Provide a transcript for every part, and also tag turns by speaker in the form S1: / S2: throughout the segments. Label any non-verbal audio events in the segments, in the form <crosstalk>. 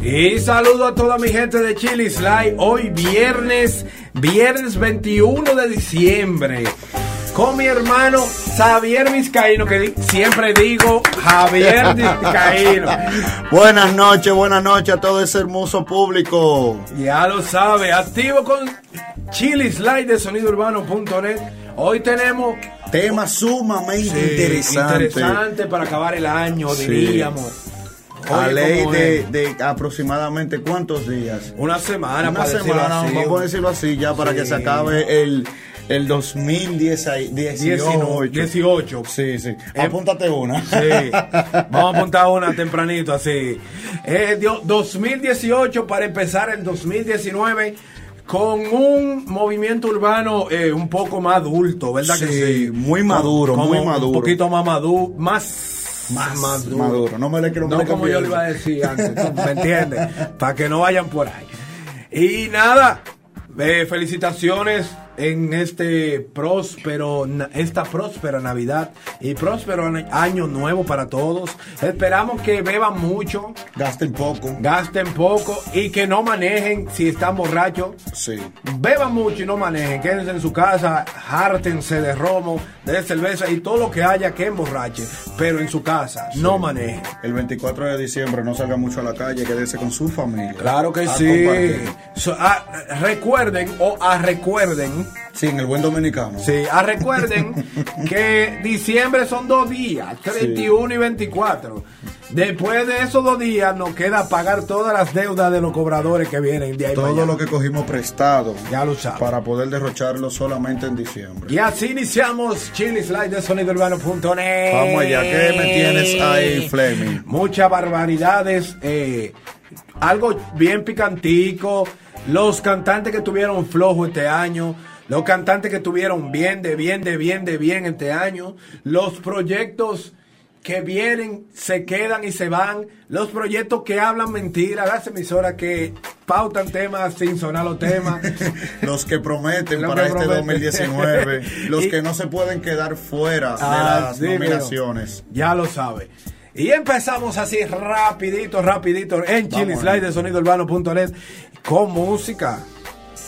S1: Y saludo a toda mi gente de Chili Slide. Hoy viernes, viernes 21 de diciembre. Con mi hermano Javier Vizcaíno, que di- siempre digo
S2: <laughs>
S1: Javier Vizcaíno.
S2: Buenas noches, buenas noches a todo ese hermoso público.
S1: Ya lo sabe, activo con Chili Slide de sonidourbano.net. Hoy tenemos
S2: Tema sumamente interesante.
S1: interesante para acabar el año,
S2: Sí.
S1: diríamos.
S2: A
S1: Oye,
S2: ley
S1: ¿cómo
S2: de,
S1: es?
S2: de aproximadamente cuántos días.
S1: una semana,
S2: Una
S1: para decirlo
S2: semana,
S1: así.
S2: vamos a decirlo así, ya para que se acabe el, el 2018.
S1: 18.
S2: Sí, sí. Apúntate una.
S1: Eh, <laughs> Sí.
S2: <laughs>
S1: Vamos a apuntar una tempranito así. Eh, dio- 2018 para empezar el 2019 con un movimiento urbano eh, un poco más adulto, ¿verdad que
S2: Sí,
S1: sí?
S2: muy maduro,
S1: Como
S2: muy maduro.
S1: Un poquito más maduro, más,
S2: Más maduro. No me le quiero
S1: No
S2: me le
S1: como yo
S2: cambie
S1: le
S2: eso.
S1: iba a decir antes, tú ¿me entiendes? Para que no vayan por ahí. Y nada, eh, felicitaciones en este próspero, na- esta próspera Navidad y próspero an- año nuevo para todos. Esperamos que beban mucho,
S2: Gasten poco.
S1: gasten poco y que no manejen si están borrachos.
S2: Sí.
S1: Beban mucho y no manejen, quédense en su casa, hártense de romo, de cerveza y todo lo que haya que emborrache, pero en su casa, no manejen.
S2: El 24 de diciembre no salga mucho a la calle, quédese con su familia.
S1: Claro que
S2: A
S1: sí.
S2: compartir.
S1: So, ah, recuerden o a recuerden,
S2: Sí, en el buen dominicano.
S1: sí, <laughs> a recuerden que diciembre son dos días, 31 y 24. Después de esos dos días nos queda pagar todas las deudas de los cobradores que vienen de ahí. para
S2: Todo
S1: allá.
S2: lo que cogimos prestado
S1: ya lo saben.
S2: para poder derrocharlo solamente en diciembre.
S1: Y así iniciamos Chili Slide de sonidourbano.net.
S2: Vamos allá, ¿qué
S1: Eh.
S2: me tienes ahí, Fleming?
S1: Muchas barbaridades, eh, algo bien picantico, los cantantes que tuvieron flojo este año, los cantantes que tuvieron bien, de bien, de bien, de bien este año, los proyectos que vienen, se quedan y se van, los proyectos que hablan mentiras, las emisoras que pautan temas sin sonar los temas.
S2: Los que prometen
S1: Los
S2: para
S1: que
S2: este
S1: prometen.
S2: 2019, los
S1: Y-
S2: que no se pueden quedar fuera
S1: Ah,
S2: de las
S1: sí, mío.
S2: nominaciones.
S1: Ya lo sabe. Y empezamos así rapidito, rapidito en Chili
S2: Vamos
S1: Slide
S2: ahí.
S1: de sonidourbano.net con música.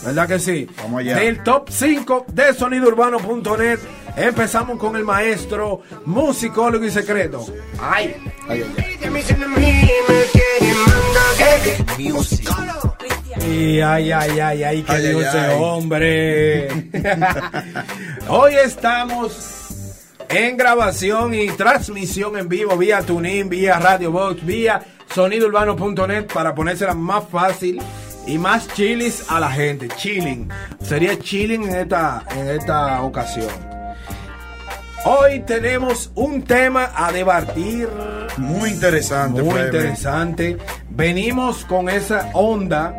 S1: ¿Verdad que sí?
S2: Vamos allá.
S1: Del top 5 de sonidourbano.net empezamos con el maestro, musicólogo y secreto. ¡Ay!
S2: Ay, ay, ay.
S1: Y ay, ay, ay, ay, que
S2: Ay,
S1: dijo
S2: ay,
S1: ese
S2: ay. <laughs>
S1: hombre. Hoy estamos en grabación y transmisión en vivo vía TuneIn, vía Radio Box, vía sonidourbano.net para ponérsela más fácil y más chilis a la gente. Chilling. Sería chilling en esta, en esta ocasión. Hoy tenemos un tema a debatir
S2: Muy interesante,
S1: muy
S2: Fleming.
S1: interesante. Venimos con esa onda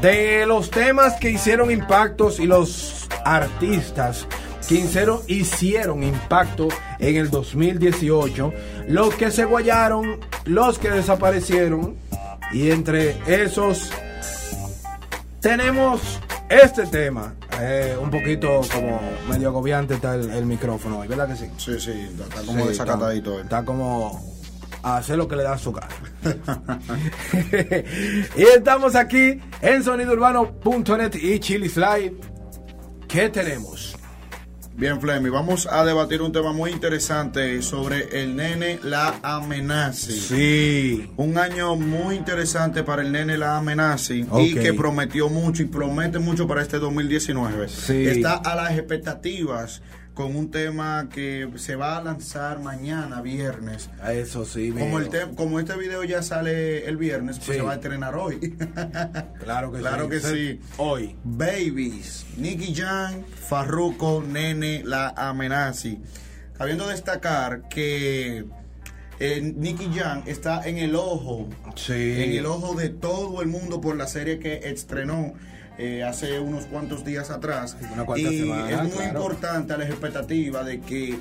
S1: de los temas que hicieron impactos y los artistas que hicieron, hicieron impacto en el 2018. Los que se guayaron, los que desaparecieron. Y entre esos tenemos este tema. Eh, un poquito como medio agobiante está el, el micrófono hoy, ¿verdad que sí?
S2: Sí, sí, está- está como
S1: Sí,
S2: desacatadito. ¿eh?
S1: Está,
S2: él.
S1: está como a hacer lo que le da su cara. <laughs> y estamos aquí en sonidourbano.net y Chili Slide. ¿Qué tenemos?
S2: Bien, Flemmy, vamos a debatir un tema muy interesante sobre el nene la amenaza.
S1: Sí.
S2: Un año muy interesante para el nene la amenaza y
S1: Ok.
S2: que prometió mucho y promete mucho para este 2019.
S1: Sí.
S2: Está a las expectativas con un tema que se va a lanzar mañana viernes.
S1: Eso sí,
S2: Como, el
S1: mijo.
S2: te- como este video ya sale el viernes, pues
S1: Sí.
S2: se va a estrenar hoy. <laughs>
S1: Claro que
S2: Claro
S1: sí.
S2: que sí.
S1: Hoy.
S2: Babies, Nicky Jam, Farruko, Nene, La Amenazi. Habiendo destacar que eh, Nicky Jam está en el ojo,
S1: Sí.
S2: en el ojo de todo el mundo por la serie que estrenó eh, hace unos cuantos días atrás.
S1: Una cuarta
S2: y
S1: semana,
S2: es muy
S1: claro.
S2: importante a la expectativa de que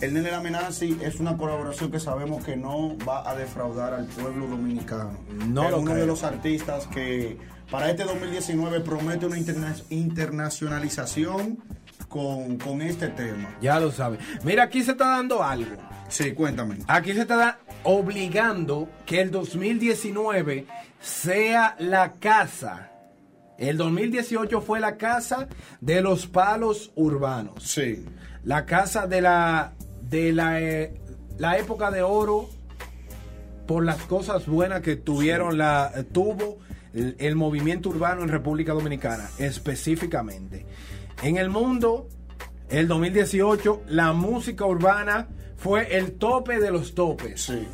S2: el Nene La Amenazi es una colaboración que sabemos que no va a defraudar al pueblo dominicano.
S1: No
S2: es
S1: lo
S2: uno
S1: creo.
S2: de los artistas que para este 2019 promete una interna- internacionalización con, con este tema.
S1: Ya lo sabe. Mira, aquí se está dando algo.
S2: Sí, cuéntame.
S1: Aquí se está da- obligando que el 2019 sea la casa. El 2018 fue la casa de los palos urbanos.
S2: Sí.
S1: La casa de la de la, eh, la época de oro por las cosas buenas que tuvieron la eh, tuvo el, el movimiento urbano en República Dominicana específicamente. En el mundo el 2018 la música urbana fue el tope de los topes.
S2: Sí.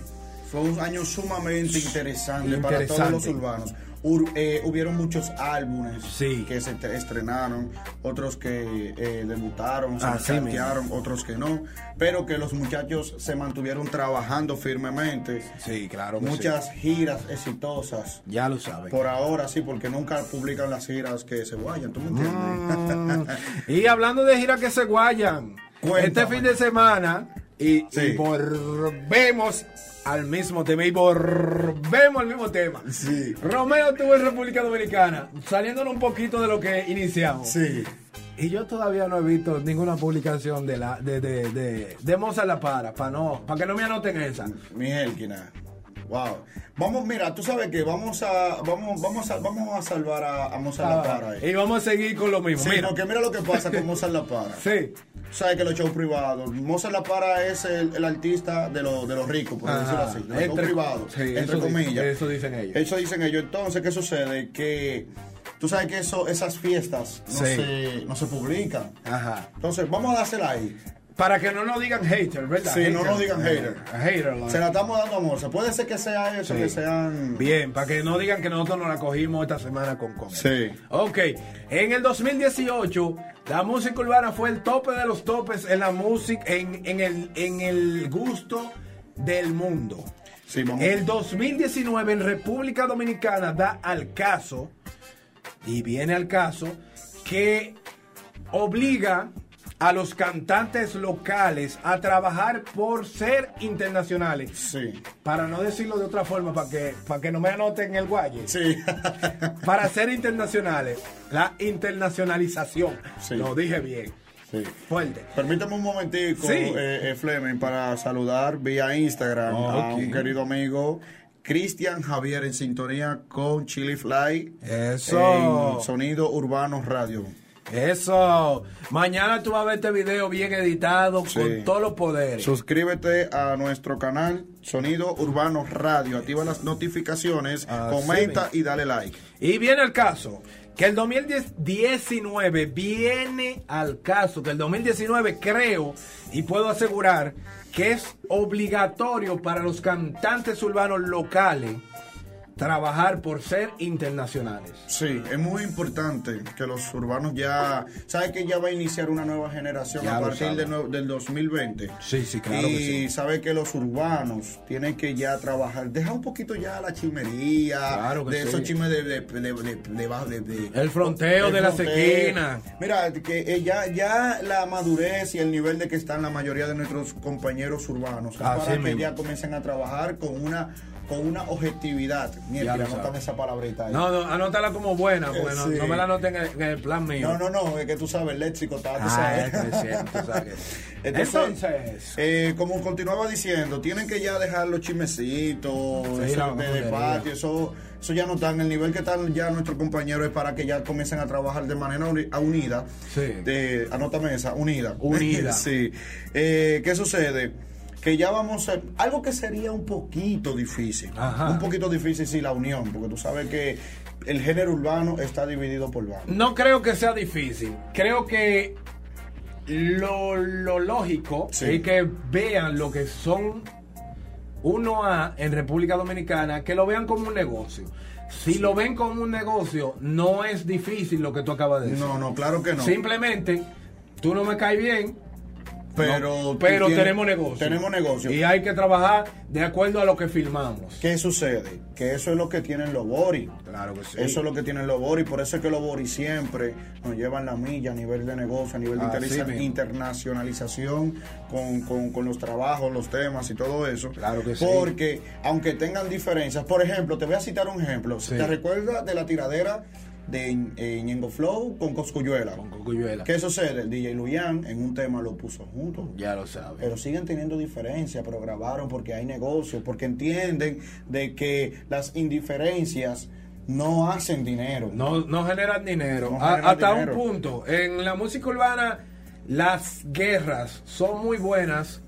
S2: Fue un año sumamente interesante, para todos
S1: Interesante.
S2: los urbanos. Ur- eh, hubieron muchos álbumes
S1: Sí.
S2: que se te- estrenaron, otros que eh, debutaron, se
S1: Así mismo.
S2: chantearon, otros que no, pero que los muchachos se mantuvieron trabajando firmemente.
S1: Sí, claro. que sí.
S2: Muchas giras exitosas.
S1: Ya lo saben.
S2: Por ahora sí, porque nunca publican las giras que se vayan, ¿tú me
S1: Ah,
S2: entiendes?
S1: Mm. Y hablando de giras que se guayan,
S2: Cuéntame.
S1: este fin de semana y,
S2: Sí.
S1: y volvemos al mismo tema y volvemos al mismo tema.
S2: Sí.
S1: Romeo estuvo en República Dominicana, saliéndonos un poquito de lo que iniciamos.
S2: Sí.
S1: Y yo todavía no he visto ninguna publicación de la de, de, de, de Mozart La Para, para no, para que no me anoten esa.
S2: Mi Elkina. Wow. Vamos, mira, tú sabes que vamos a vamos vamos a vamos a salvar a, a Mozart La Para. ahí.
S1: y vamos a seguir con lo mismo.
S2: Sí,
S1: Ah, eh, Mira,
S2: porque mira lo que pasa con Mozart La Para.
S1: sí,
S2: Tú sabes que los shows privados. Mozart La Para es el, el artista de los de los ricos, por
S1: Ajá.
S2: decirlo así. de Los shows
S1: Ah, Entre-
S2: privados.
S1: sí,
S2: entre
S1: eso dicen-
S2: comillas.
S1: eso dicen ellos.
S2: Eso dicen ellos. Entonces, ¿qué sucede? Que tú sabes que eso, esas fiestas no,
S1: Sí.
S2: se, no se publican.
S1: ajá.
S2: Entonces, vamos a dársela ahí.
S1: Para que no nos digan hater, ¿verdad?
S2: Sí, no nos digan hater.
S1: Hater, la-
S2: Se la estamos dando a Mozart. Puede ser que sea eso,
S1: Sí.
S2: que sean.
S1: Bien, para que no digan que nosotros nos la cogimos esta semana con con.
S2: Sí.
S1: Ok, en el 2018 la música urbana fue el tope de los topes en la música, en, en el, en el gusto del mundo.
S2: Sí, vamos.
S1: El 2019 en República Dominicana da al caso, y viene al caso, que obliga a los cantantes locales a trabajar por ser internacionales.
S2: Sí.
S1: Para no decirlo de otra forma, para que, para que no me anoten el guaye.
S2: Sí. <laughs>
S1: Para ser internacionales, la internacionalización.
S2: Sí.
S1: Lo dije bien.
S2: sí.
S1: Fuerte.
S2: Permítame un momentico,
S1: Sí.
S2: eh, eh, Fleming, para saludar vía Instagram
S1: Oh,
S2: a
S1: ok.
S2: un querido amigo, Cristian Javier, en sintonía con Chili Fly.
S1: Eso.
S2: En Sonido Urbano Radio.
S1: Eso. Mañana tú vas a ver este video bien editado
S2: Sí.
S1: con todos los poderes.
S2: Suscríbete a nuestro canal Sonido Urbano Radio. Activa las notificaciones,
S1: Así
S2: comenta
S1: mismo.
S2: y dale like.
S1: Y viene el caso. Que el 2019 viene al caso. Que el 2019 creo y puedo asegurar que es obligatorio para los cantantes urbanos locales trabajar por ser internacionales.
S2: Sí, es muy importante que los urbanos ya. ¿Sabes que ya va a iniciar una nueva generación
S1: Ya
S2: a
S1: lo
S2: partir
S1: sabe.
S2: de nue- del 2020?
S1: Sí, sí, claro
S2: y
S1: que sí.
S2: sabe que los urbanos tienen que ya trabajar. Deja un poquito ya la chimería.
S1: Claro que
S2: de
S1: sí.
S2: esos chimes de. de- de- de- de- de- de-
S1: El fronteo
S2: el
S1: de las
S2: fronteo.
S1: esquinas.
S2: Mira, que eh, ya, ya la madurez y el nivel de que están la mayoría de nuestros compañeros urbanos. es
S1: Así
S2: para que
S1: mismo.
S2: ya comiencen a trabajar con una. Con una objetividad. Mira,
S1: lo
S2: anótame
S1: sabe.
S2: esa palabrita ahí.
S1: No, no, anótala como buena, porque no,
S2: Sí.
S1: no me la anoten en el, en el plan mío.
S2: No, no, no, es que tú sabes, el léxico está, tú
S1: Ah,
S2: sabes.
S1: esto es cierto, ¿sabes?
S2: Entonces,
S1: <laughs> Entonces,
S2: eh, como continuaba diciendo, tienen que ya dejar los chismecitos,
S1: Sí,
S2: eso
S1: la
S2: de- de,
S1: mamonería.
S2: patio, eso, eso ya no está en el nivel que están ya nuestros compañeros es para que ya comiencen a trabajar de manera uni- a unida.
S1: Sí.
S2: De, anótame esa, unida. <laughs>
S1: Unida.
S2: sí. Eh, ¿Qué sucede? Que ya vamos a. Algo que sería un poquito difícil.
S1: Ajá.
S2: Un poquito difícil, sí, la unión, porque tú sabes que el género urbano está dividido por bandas.
S1: no creo que sea difícil. Creo que lo, lo lógico
S2: Sí.
S1: es que vean lo que son 1A en República Dominicana, que lo vean como un negocio. Si lo ven como un negocio, no es difícil lo que tú acabas de decir.
S2: No, no, claro que no.
S1: Simplemente, tú no me caes bien,
S2: pero, tú
S1: pero
S2: tienes-
S1: tenemos negocio.
S2: Tenemos negocio.
S1: Y hay que trabajar de acuerdo a lo que firmamos.
S2: ¿Qué sucede? Que eso es lo que tienen los Boris.
S1: Claro que sí.
S2: Eso es lo que tienen los Boris. Por eso es que los Boris siempre nos llevan la milla a nivel de negocio, a nivel de
S1: Así
S2: interesa-
S1: mismo.
S2: internacionalización con, con- con los trabajos, los temas y todo eso.
S1: Claro que sí.
S2: Porque aunque tengan diferencias, por ejemplo, te voy a citar un ejemplo.
S1: Sí.
S2: ¿Te recuerdas de la tiradera de Ñengo Flow con Coscuyuela.
S1: Con Cocuyuela.
S2: ¿Qué sucede? El DJ Luyan en un tema lo puso juntos.
S1: Ya lo sabes.
S2: Pero siguen teniendo diferencias, pero grabaron porque hay negocios, porque entienden de que las indiferencias no hacen dinero.
S1: No, no generan dinero.
S2: No
S1: A-
S2: generan
S1: hasta
S2: dinero.
S1: un punto. En la música urbana, las guerras son muy buenas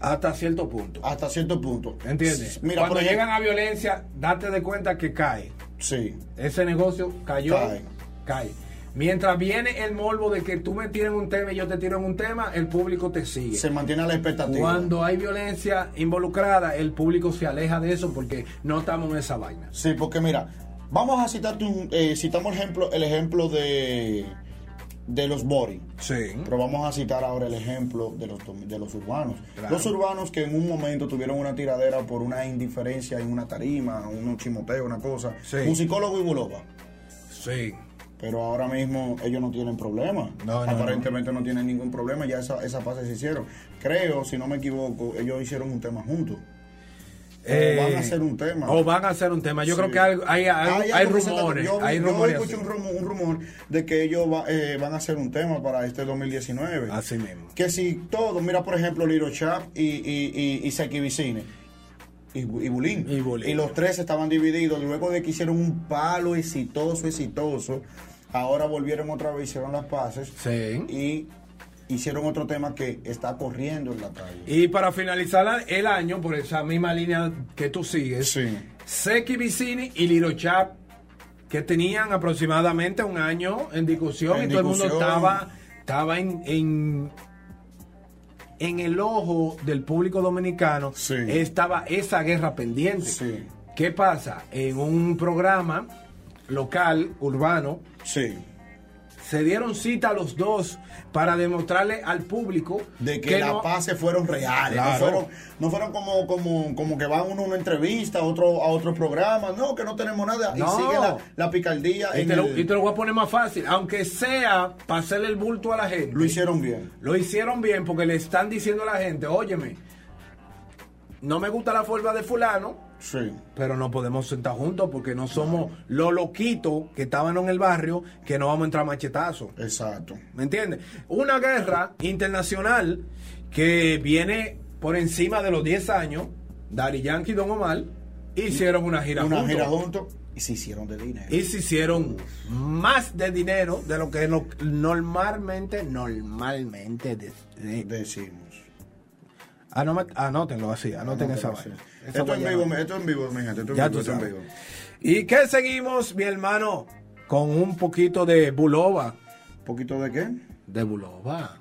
S1: hasta cierto punto.
S2: Hasta cierto punto.
S1: ¿Entiendes?
S2: S- Mira,
S1: Cuando
S2: por ej-
S1: llegan a violencia, date de cuenta que cae.
S2: Sí.
S1: Ese negocio cayó,
S2: Cae.
S1: cae. Mientras viene el morbo de que tú me tienes un tema y yo te tiro en un tema, el público te sigue.
S2: Se mantiene a la expectativa.
S1: Cuando hay violencia involucrada, el público se aleja de eso porque no estamos en esa vaina.
S2: Sí, porque mira, vamos a citarte un, eh, citamos ejemplo, el ejemplo de, de los Bori.
S1: Sí.
S2: Pero vamos a citar ahora el ejemplo de los, dom- de los urbanos.
S1: Claro.
S2: Los urbanos que en un momento tuvieron una tiradera por una indiferencia en una tarima, un chimoteo, una cosa.
S1: Sí.
S2: Musicólogo y buloba.
S1: Sí.
S2: Pero ahora mismo ellos no tienen problema.
S1: No, no, no.
S2: Aparentemente no. tienen ningún problema. Ya esa, esa fase se hicieron. Creo, si no me equivoco, ellos hicieron un tema juntos. O van a hacer un tema.
S1: Eh, O van a hacer un tema. Yo
S2: Sí.
S1: creo que hay, hay, hay-
S2: Hay
S1: hay
S2: algo que se-
S1: rumores.
S2: Yo, vi-
S1: hay
S2: yo
S1: rumores
S2: escuché
S1: así.
S2: un rumor, un rumor de que ellos va- eh, van a hacer un tema para este 2019.
S1: Así mismo.
S2: Que si todo, mira por ejemplo Little Chap y, y, y, y Seki Vicine. Y, Bu- y Bulín.
S1: Y Bulín.
S2: los tres estaban divididos. Luego de que hicieron un palo exitoso, exitoso, ahora volvieron otra vez, hicieron las paces.
S1: Sí.
S2: Y hicieron otro tema que está corriendo en la calle.
S1: Y para finalizar la- el año, por esa misma línea que tú sigues,
S2: Sí.
S1: Seki Vicini y Liro Chap, que tenían aproximadamente un año en discusión
S2: En
S1: y todo el mundo
S2: discusión.
S1: estaba, estaba en, en, en el ojo del público dominicano,
S2: Sí.
S1: estaba esa guerra pendiente.
S2: Sí.
S1: ¿Qué pasa? En un programa local, urbano,
S2: Sí.
S1: se dieron cita los dos para demostrarle al público
S2: de que, las
S1: no-
S2: pases fueron reales.
S1: Claro.
S2: No fueron, no fueron como, como, como que van uno a una entrevista, a otro, a otro programa. No, que no tenemos nada.
S1: No.
S2: Y sigue la, la picardía.
S1: Y
S2: en
S1: te, lo,
S2: el-
S1: y te lo voy a poner más fácil. Aunque sea para hacerle el bulto a la gente.
S2: lo hicieron bien.
S1: Lo hicieron bien porque le están diciendo a la gente, óyeme, no me gusta la forma de fulano,
S2: Sí.
S1: pero no podemos sentar juntos porque no somos los loquitos que estábamos en el barrio que no vamos a entrar machetazos.
S2: Exacto.
S1: ¿Me entiendes? Una guerra internacional que viene por encima de los 10 años. Dari Yankee y Don Omar hicieron una gira
S2: una
S1: juntos.
S2: gira juntos y se hicieron de dinero.
S1: Y se hicieron más de dinero de lo que no- normalmente, normalmente. de- de-
S2: Decimos.
S1: Anoma- anótenlo así, anoten esa vaina. Esa
S2: Esto en
S1: guayaba.
S2: vivo, esto en vivo, mi gente. Esto en
S1: Ya
S2: vivo,
S1: tú
S2: esto en
S1: sabes.
S2: vivo.
S1: ¿Y qué seguimos, mi hermano? Con un poquito de Bulova.
S2: ¿Un poquito de qué?
S1: De Bulova.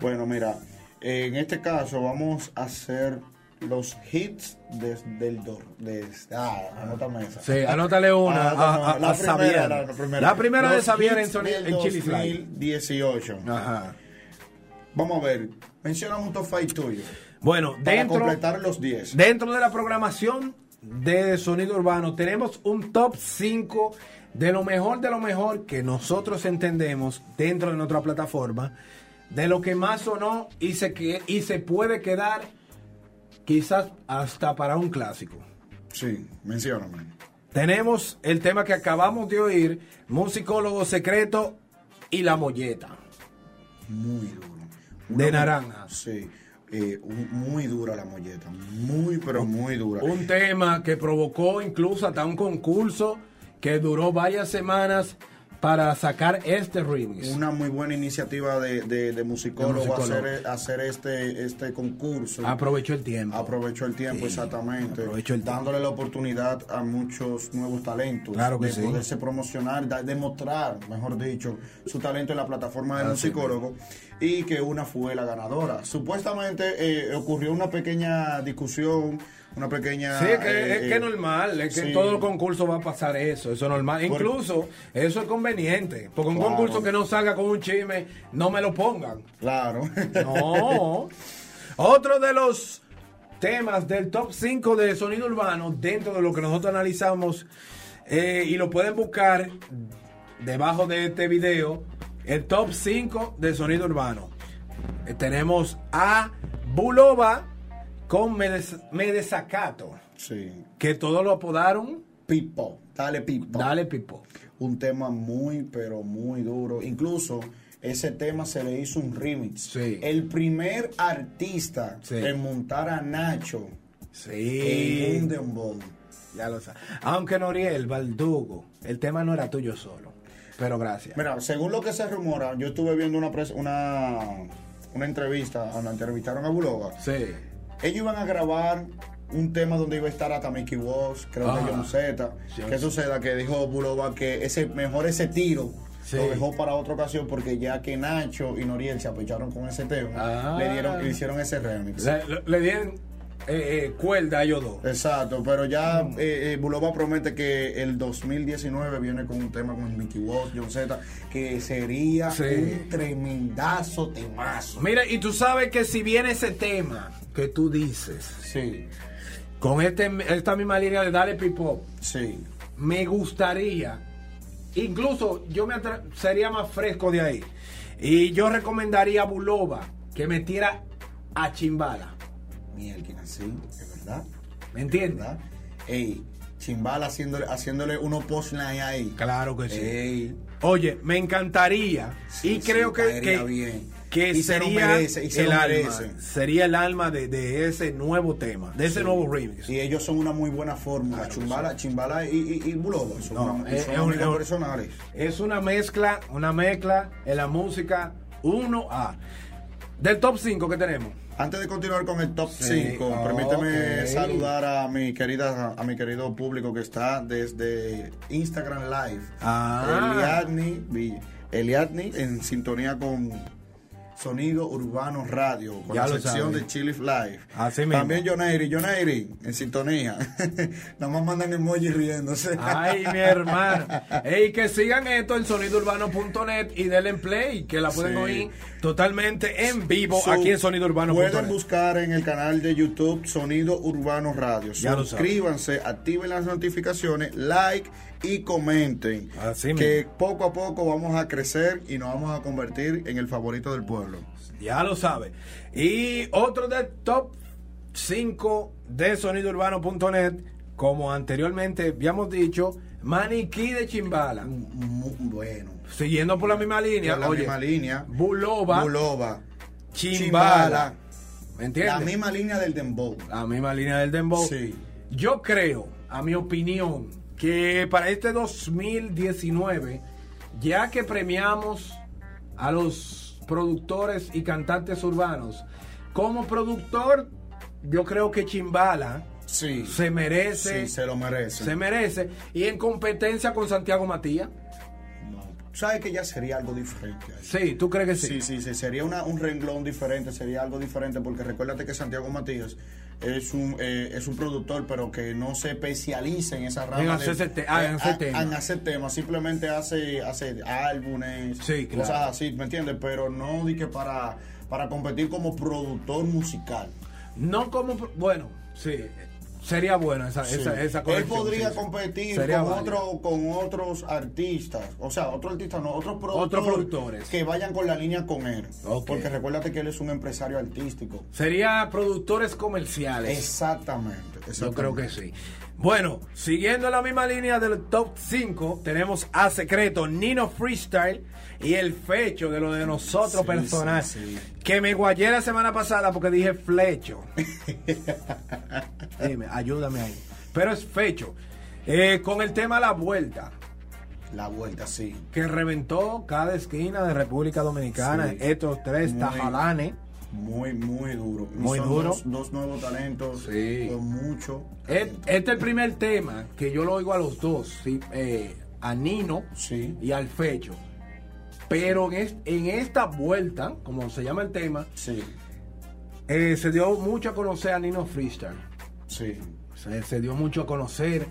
S2: Bueno, mira, en este caso vamos a hacer los hits desde el dor. Desde, ah, anótame esa.
S1: Sí, anótale una
S2: Ah, no,
S1: a, a-
S2: la
S1: a
S2: primera,
S1: Xavier.
S2: la- la primera.
S1: de
S2: Los
S1: Xavier en,
S2: hits
S1: Sony-
S2: del
S1: en Chili Ah. Slide.
S2: 2018.
S1: Ajá.
S2: Vamos a ver, menciona un top 5 tuyo.
S1: Bueno,
S2: Para
S1: dentro,
S2: completar los 10.
S1: dentro de la programación de Sonido Urbano tenemos un top 5 de lo mejor de lo mejor que nosotros entendemos dentro de nuestra plataforma, de lo que más sonó y se, que- y se puede quedar quizás hasta para un clásico.
S2: Sí, mencióname.
S1: Tenemos el tema que acabamos de oír, Musicólogo Secreto y La Molleta.
S2: Muy duro.
S1: De naranja.
S2: Sí. eh, un- muy dura la molleta. Muy, pero muy dura.
S1: Un tema que provocó incluso hasta un concurso que duró varias semanas para sacar este remix.
S2: Una muy buena iniciativa de, de, de musicólogo,
S1: De musicólogo. Ah,
S2: Hacer, hacer este, este concurso.
S1: Aprovechó el tiempo.
S2: Aprovechó el tiempo,
S1: Sí,
S2: exactamente.
S1: aprovechó el tiempo.
S2: Dándole la oportunidad a muchos nuevos talentos.
S1: Claro que
S2: de
S1: sí.
S2: poderse promocionar, da- demostrar, mejor dicho, su talento en la plataforma del musicólogo. Y que una fue la ganadora. Supuestamente eh, ocurrió una pequeña discusión, una pequeña.
S1: Sí, es que,
S2: eh,
S1: es que
S2: eh,
S1: es normal, es que
S2: sí.
S1: en todo el concurso va a pasar eso, eso es normal.
S2: Por-
S1: Incluso eso es conveniente, porque un
S2: Claro.
S1: concurso que no salga con un chisme, no me lo pongan.
S2: Claro. <laughs>
S1: No. <laughs> Otro de los temas del top 5 de sonido urbano, dentro de lo que nosotros analizamos, eh, y lo pueden buscar debajo de este video, el top 5 de sonido urbano. Eh, tenemos a Bulova con Me, Des- Me Desacato,
S2: sí.
S1: que todos lo apodaron
S2: Pipo. Dale Pipo.
S1: Dale, Pipo.
S2: Un tema muy, pero muy duro. Incluso ese tema se le hizo un remix.
S1: Sí.
S2: El primer artista
S1: Sí.
S2: en montar a Nacho en un
S1: Sí.
S2: dembow.
S1: Ya lo sabes. Aunque Noriel, Baldugo, el tema no era tuyo solo. Pero gracias.
S2: Mira, según lo que se rumora, yo estuve viendo una, pres- una, una entrevista donde entrevistaron a Buloga.
S1: Sí.
S2: Ellos iban a grabar un tema donde iba a estar hasta Mickey Walls, creo
S1: Ah.
S2: que John Z.
S1: John
S2: Que suceda que dijo Buloba que ese, mejor ese tiro
S1: Sí.
S2: lo dejó para otra ocasión porque ya que Nacho y Noriel se apecharon con ese tema,
S1: Ah.
S2: le dieron, le hicieron ese remix.
S1: Le, le- le dieron eh, eh, cuerda a ellos dos.
S2: Exacto, pero ya eh, eh, Buloba promete que el 2019 viene con un tema con Mickey Walls, John Z, que sería
S1: Sí.
S2: un tremendazo temazo.
S1: Mira, y tú sabes que si viene ese tema que tú dices,
S2: Sí,
S1: con este, esta misma línea de Dale Pipo,
S2: sí.
S1: me gustaría, incluso yo me atra- sería más fresco de ahí. Y yo recomendaría a Buloba que metiera a Chimbala.
S2: Mierda, sí, es verdad.
S1: ¿Me entiendes?
S2: ¿verdad? Ey, Chimbala haciéndole, haciéndole unos postline ahí.
S1: Claro que sí.
S2: Ey,
S1: Oye, me encantaría.
S2: Sí,
S1: y
S2: sí,
S1: creo que,
S2: caería
S1: que,
S2: bien.
S1: que
S2: Y se lo
S1: sería,
S2: merece, y se
S1: el
S2: lo
S1: alma,
S2: merece.
S1: sería el alma de, de ese nuevo tema, de ese nuevo remix.
S2: y ellos son una muy buena fórmula. Chimbala, Chimbala y, y, y Buloba son,
S1: No,
S2: una-
S1: es-
S2: son
S1: es un-
S2: amigos
S1: es un-
S2: personales.
S1: Es una mezcla, una mezcla en la música 1A. Del top 5 que tenemos.
S2: Antes de continuar con el top
S1: Sí,
S2: 5,
S1: ok.
S2: permíteme saludar a mi querida, a mi querido público que está desde Instagram Live.
S1: Ah.
S2: Eliadni, Villa- Eliadni en sintonía con Sonido Urbano Radio, con
S1: Ya lo
S2: la sección
S1: sabe.
S2: de Chili Live.
S1: Así mismo.
S2: También Jonairi, Jonairi en sintonía. <laughs> Nada más mandan emoji riéndose.
S1: Ah, Ay, mi hermano. Ey, que sigan esto en sonidourbano.net y denle en play, que la pueden
S2: Sí.
S1: oír totalmente en
S2: <laughs>
S1: vivo
S2: Su-
S1: aquí en sonidourbano.net.
S2: Pueden buscar en el canal de YouTube Sonido Urbano Radio.
S1: Ya lo saben.
S2: Suscríbanse, activen las notificaciones, like y comenten.
S1: Así
S2: que poco a poco vamos a crecer y nos vamos a convertir en el favorito del pueblo.
S1: Ya lo sabe. Y otro del top 5 de sonidourbano.net, como anteriormente habíamos dicho, Maniquí de Chimbala.
S2: Muy bueno.
S1: Siguiendo por la misma línea,
S2: la
S1: oye,
S2: misma línea.
S1: Buloba,
S2: Buloba.
S1: Chimbala. ¿Me entiendes?
S2: La misma línea del Dembow.
S1: La misma línea del Dembow.
S2: Sí.
S1: Yo creo, a mi opinión, que para este 2019, ya que premiamos a los productores y cantantes urbanos, como productor, yo creo que Chimbala
S2: Sí.
S1: se merece,
S2: Sí, se lo merece.
S1: se merece, y en competencia con Santiago Matías.
S2: No. ¿Sabes que ya sería algo diferente ahí?
S1: Sí, ¿tú crees que sí?
S2: Sí, sí, sí, sería una- un renglón diferente, sería algo diferente, porque recuérdate que Santiago Matías es un, eh, es un productor, pero que no se especializa en esa rama.
S1: En
S2: de-
S1: hacer ese te- ah, en hacer
S2: a-
S1: tema.
S2: en hacer temas, simplemente hace, hace álbumes,
S1: Sí, claro.
S2: cosas así, ¿me entiendes? Pero no di que para, para competir como productor musical.
S1: No como, pro- bueno, sí, sería bueno esa,
S2: Sí.
S1: esa, esa
S2: Él
S1: conexión,
S2: podría
S1: sí, sí.
S2: competir
S1: Sería
S2: con,
S1: válido.
S2: otro, con otros artistas, o sea, otros artistas no, otros productores,
S1: Otros productores.
S2: que vayan con la línea con él.
S1: Ok.
S2: Porque recuérdate que él es un empresario artístico.
S1: Sería productores comerciales.
S2: Exactamente, exactamente.
S1: Yo creo que sí. Bueno, siguiendo la misma línea del top 5, tenemos a Secreto, Nino Freestyle y el fecho de lo de nosotros
S2: Sí,
S1: personal.
S2: sí, sí.
S1: Que me guayé la semana pasada porque dije
S2: <laughs>
S1: flecho. Dime, ayúdame ahí. Pero es fecho. Eh, con el tema La Vuelta,
S2: La vuelta, sí.
S1: que reventó cada esquina de República Dominicana,
S2: Sí.
S1: estos tres
S2: Muy-
S1: tajalanes.
S2: Muy, muy duro. Y
S1: Muy
S2: son
S1: duro.
S2: Dos, dos nuevos talentos.
S1: Sí.
S2: Con mucho.
S1: Et-
S2: talento.
S1: Este es el primer tema que yo lo oigo a los dos, sí, eh, a Nino
S2: Sí.
S1: y al Fecho. Pero en, es- en esta vuelta, como se llama el tema,
S2: Sí,
S1: eh, se dio mucho a conocer a Nino Freestyle.
S2: sí.
S1: Se, se dio mucho a conocer,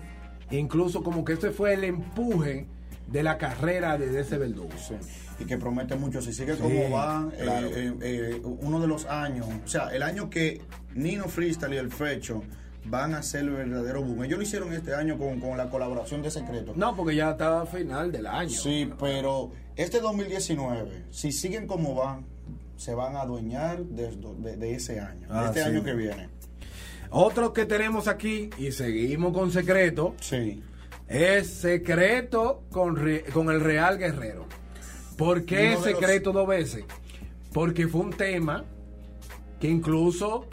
S1: incluso como que ese fue el empuje de la carrera de, de ese verdugo.
S2: sí. Y que promete mucho. Si sigue
S1: Sí,
S2: como va, eh,
S1: claro.
S2: eh, eh, uno de los años, o sea, el año que Nino Freestyle y el Fecho van a ser el verdadero boom. Ellos lo hicieron este año con, con la colaboración de Secreto.
S1: No, porque ya estaba final del año.
S2: Sí, pero este 2019, si siguen como van, se van a adueñar de, de- de ese año,
S1: Ah,
S2: de este
S1: sí.
S2: año que viene.
S1: Otro que tenemos aquí, y seguimos con secreto,
S2: Sí.
S1: Es secreto con, Re- con el Real Guerrero. ¿Por qué
S2: Uno de
S1: secreto dos veces? Porque fue un tema que incluso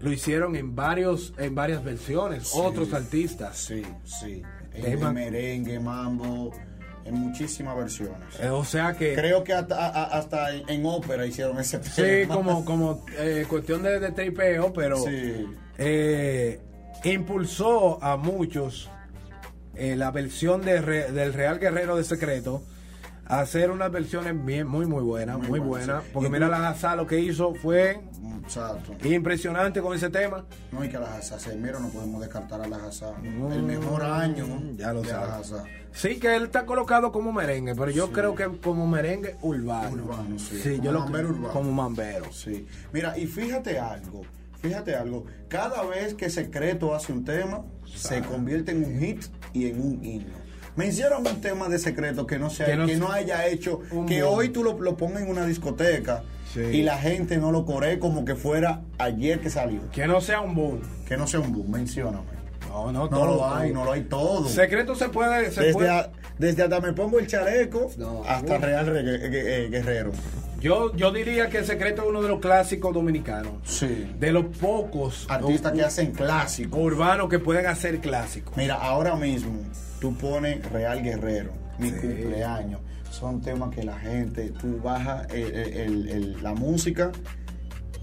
S1: lo hicieron en varios en varias versiones otros artistas.
S2: Sí, sí. En,
S1: Tema-
S2: en merengue, mambo, en muchísimas versiones.
S1: Eh, o sea que
S2: Creo que hasta, a- a- hasta en, en ópera hicieron ese
S1: sí,
S2: tema.
S1: como como eh, cuestión de, de tripeo, pero
S2: Sí.
S1: eh, impulsó a muchos eh, la versión de Re- del Real Guerrero de Secreto a hacer unas versiones bien, muy, muy buenas, muy,
S2: Muy
S1: buenas.
S2: buenas, sí.
S1: Porque
S2: Y
S1: mira
S2: tú-
S1: la Gaza lo que hizo fue
S2: Exacto.
S1: impresionante con ese tema.
S2: No, y que la Jazá se mira, no podemos descartar a la Jazá.
S1: No.
S2: El mejor año
S1: Ya lo
S2: de la
S1: sabes.
S2: Jazá.
S1: Sí, que él está colocado como merengue, pero yo creo que como merengue urbano.
S2: Urbano, sí.
S1: yo
S2: Como
S1: lo
S2: mambero
S1: creo
S2: urbano.
S1: como mambero.
S2: Sí. Mira, y fíjate algo. Fíjate algo. Cada vez que Secreto hace un tema, se convierte en un hit y en un himno. Me hicieron un tema de secreto que no, sea,
S1: Que
S2: que
S1: no
S2: no,
S1: se-
S2: haya hecho,
S1: Un
S2: que
S1: boom.
S2: hoy tú lo, lo pongas en una discoteca
S1: Sí.
S2: y la gente no lo coree como que fuera ayer que salió.
S1: Que no sea un boom.
S2: Que no sea un boom, mencióname.
S1: No, no,
S2: No lo hay, no lo hay todo.
S1: Secreto se puede. Se
S2: desde,
S1: puede.
S2: a- desde hasta me pongo el chaleco
S1: No.
S2: hasta Real Re- Gue- Gue- eh, Guerrero.
S1: Yo, yo diría que Secreto es uno de los clásicos dominicanos.
S2: Sí.
S1: De los pocos
S2: Artistas
S1: u-
S2: que hacen clásicos.
S1: urbanos que pueden hacer clásicos.
S2: Mira, ahora mismo tú pones Real Guerrero, mi
S1: Sí.
S2: cumpleaños. Son temas que la gente, tú bajas el- el- el- el- la música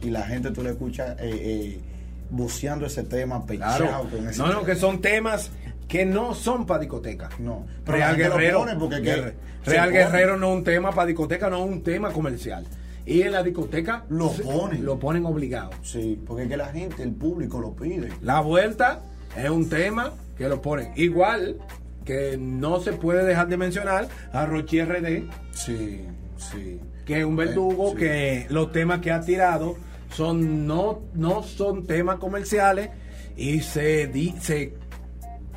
S2: y la gente tú le escuchas eh, eh, buceando ese tema, pechado
S1: Claro.
S2: con ese
S1: No, no,
S2: tema.
S1: que son temas que no son para discoteca.
S2: No, pero la
S1: Real
S2: gente lo
S1: Guerrero.
S2: pone porque que-
S1: Guerre-
S2: se
S1: Real
S2: pone.
S1: Guerrero no es un tema para discoteca, no es un tema comercial. Y en la discoteca
S2: Lo
S1: se-
S2: ponen.
S1: Lo ponen obligado.
S2: Sí, porque es que la gente, el público lo pide.
S1: La vuelta es un tema que lo ponen. Igual que no se puede dejar de mencionar a Rochi RD,
S2: Sí, sí.
S1: que es un verdugo,
S2: Eh, Sí.
S1: que los temas que ha tirado son no, no son temas comerciales y se, di- se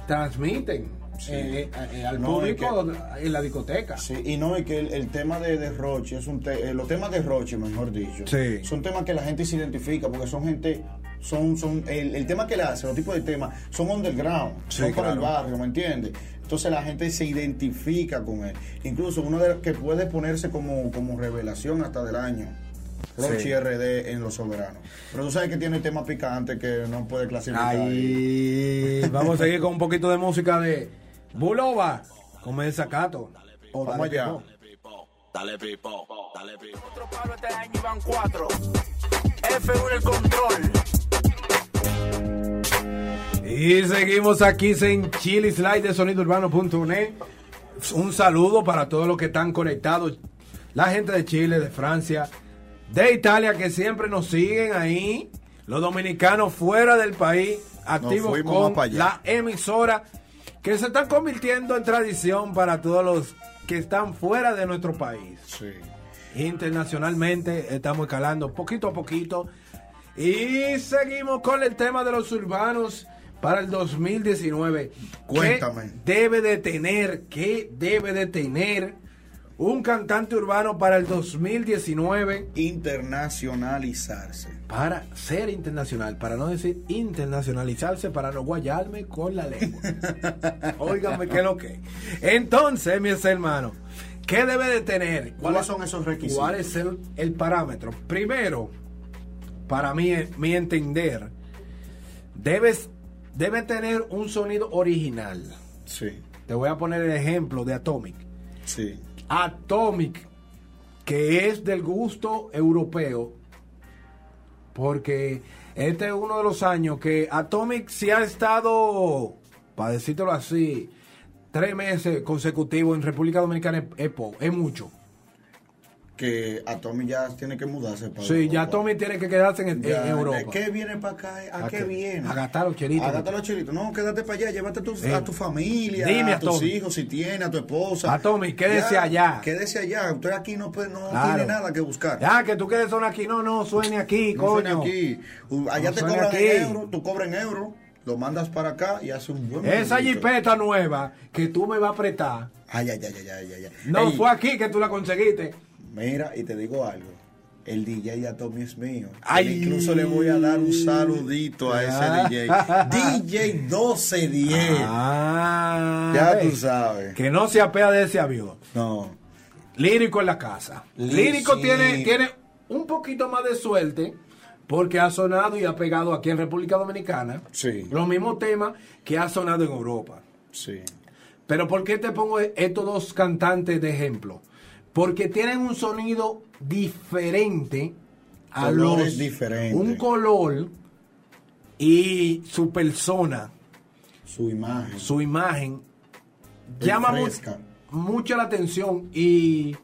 S1: transmiten
S2: Sí.
S1: eh, eh, eh, al
S2: No, es
S1: público en la discoteca.
S2: Sí, y no, es que el, el tema de, de Roche, es un te- eh, los temas de Roche, mejor dicho,
S1: Sí.
S2: son temas que la gente se identifica porque son gente, son, son el, el tema que le hace, los tipos de temas, son underground,
S1: Sí,
S2: son para el
S1: claro.
S2: barrio, ¿me entiendes? Entonces la gente se identifica con él. Incluso uno de los que puede ponerse como, como revelación hasta del año. Roche
S1: Sí.
S2: RD en Los Soberanos. Pero tú sabes que tiene temas picantes que no puede clasificar. <laughs>
S1: Ahí vamos a seguir con un poquito de música de Bulova, como el sacato. O
S2: Vamos
S1: Dale
S2: allá.
S1: Picón.
S3: pipo, dale pipo, dale pipo.
S4: Otro palo este año iban cuatro. F1 el control.
S1: Y seguimos aquí en Chili Slide de sonidourbano.net. Un saludo para todos los que están conectados. La gente de Chile, de Francia, de Italia que siempre nos siguen ahí. Los dominicanos fuera del país, activos
S2: fuimos
S1: con
S2: más para allá.
S1: la emisora que se están convirtiendo en tradición para todos los que están fuera de nuestro país.
S2: Sí.
S1: Internacionalmente estamos escalando poquito a poquito. Y seguimos con el tema de los urbanos para el 2019.
S2: Cuéntame.
S1: ¿Qué debe de tener, qué debe de tener un cantante urbano para el 2019
S2: Internacionalizarse.
S1: para ser internacional? Para no decir internacionalizarse, para no guayarme con la
S2: <laughs>
S1: lengua. Óigame qué es lo que. es. Entonces, mis hermanos, ¿qué debe de tener?
S2: ¿Cuáles son esos requisitos?
S1: ¿Cuál es el, el parámetro? Primero, para mí, mi entender, debes, debe tener un sonido original.
S2: Sí,
S1: Te voy a poner el ejemplo de Atomic.
S2: sí.
S1: Atomic, que es del gusto europeo, porque este es uno de los años que Atomic sí ha estado, para decírtelo así, tres meses consecutivos en República Dominicana es- es po- es mucho.
S2: que a Tommy ya tiene que mudarse para
S1: Sí, ya Tommy tiene que quedarse en, en Europa.
S2: ¿De qué viene para acá? ¿A,
S1: ¿A
S2: qué,
S1: qué?
S2: viene?
S1: A gastar los chelitos.
S2: A gastar los chelitos. No, quédate para allá, llévate a tu,
S1: Sí.
S2: a tu familia,
S1: Dime,
S2: a tus
S1: Tommy.
S2: hijos si tiene, a tu esposa.
S1: A Tommy, quédese
S2: Ya,
S1: allá.
S2: Quédese allá, usted aquí no, puede- no
S1: Claro.
S2: tiene nada que buscar.
S1: Ya, que tú quieres sonar aquí. No, no, suene aquí,
S2: No
S1: coño.
S2: suene aquí. U- Allá
S1: No
S2: te
S1: suene
S2: cobran
S1: aquí.
S2: en euro, tú cobras en euro, lo mandas para acá y hace un buen
S1: Esa
S2: dinerito.
S1: jipeta nueva que tú me vas a apretar,
S2: Ay, ay, ay, ay, ay, ay, ay.
S1: no
S2: Ey,
S1: fue aquí que tú la conseguiste.
S2: Mira, y te digo algo. El DJ Atomi es mío.
S1: Ay.
S2: Incluso le voy a dar un saludito a ese
S1: <laughs> Ah.
S2: DJ. DJ 1210.
S1: Ah,
S2: Eh. ya
S1: ves.
S2: tú sabes.
S1: Que no se apea de ese avión.
S2: No.
S1: Lírico en la casa.
S2: Lí-
S1: Lírico
S2: sí.
S1: tiene, tiene un poquito más de suerte porque ha sonado y ha pegado aquí en República Dominicana.
S2: Sí.
S1: Los mismos temas que ha sonado en Europa.
S2: Sí.
S1: Pero ¿por qué te pongo e-, estos dos cantantes de ejemplo? Porque tienen un sonido diferente a
S2: Colores
S1: los
S2: diferentes.
S1: un color y su persona,
S2: Su imagen.
S1: su imagen
S2: Es
S1: llama mu-
S2: fresca.
S1: mucho la atención y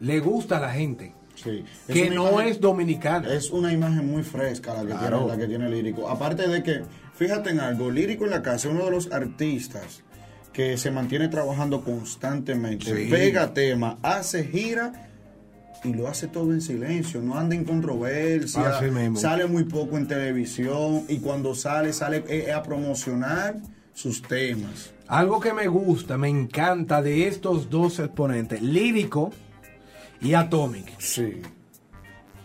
S1: le gusta a la gente
S2: Sí. Es
S1: que
S2: una
S1: no
S2: imagen-
S1: es dominicana.
S2: Es una imagen muy fresca la que,
S1: Claro.
S2: tiene, la que tiene Lírico. Aparte de que, fíjate en algo, Lírico en la casa es uno de los artistas que se mantiene trabajando constantemente.
S1: Sí.
S2: Pega tema, hace gira y lo hace todo en silencio. No anda en controversia.
S1: Así mismo.
S2: Sale muy poco en televisión y cuando sale, sale eh, a promocionar sus temas.
S1: Algo que me gusta, me encanta de estos dos exponentes, lírico y atomic.
S2: Sí.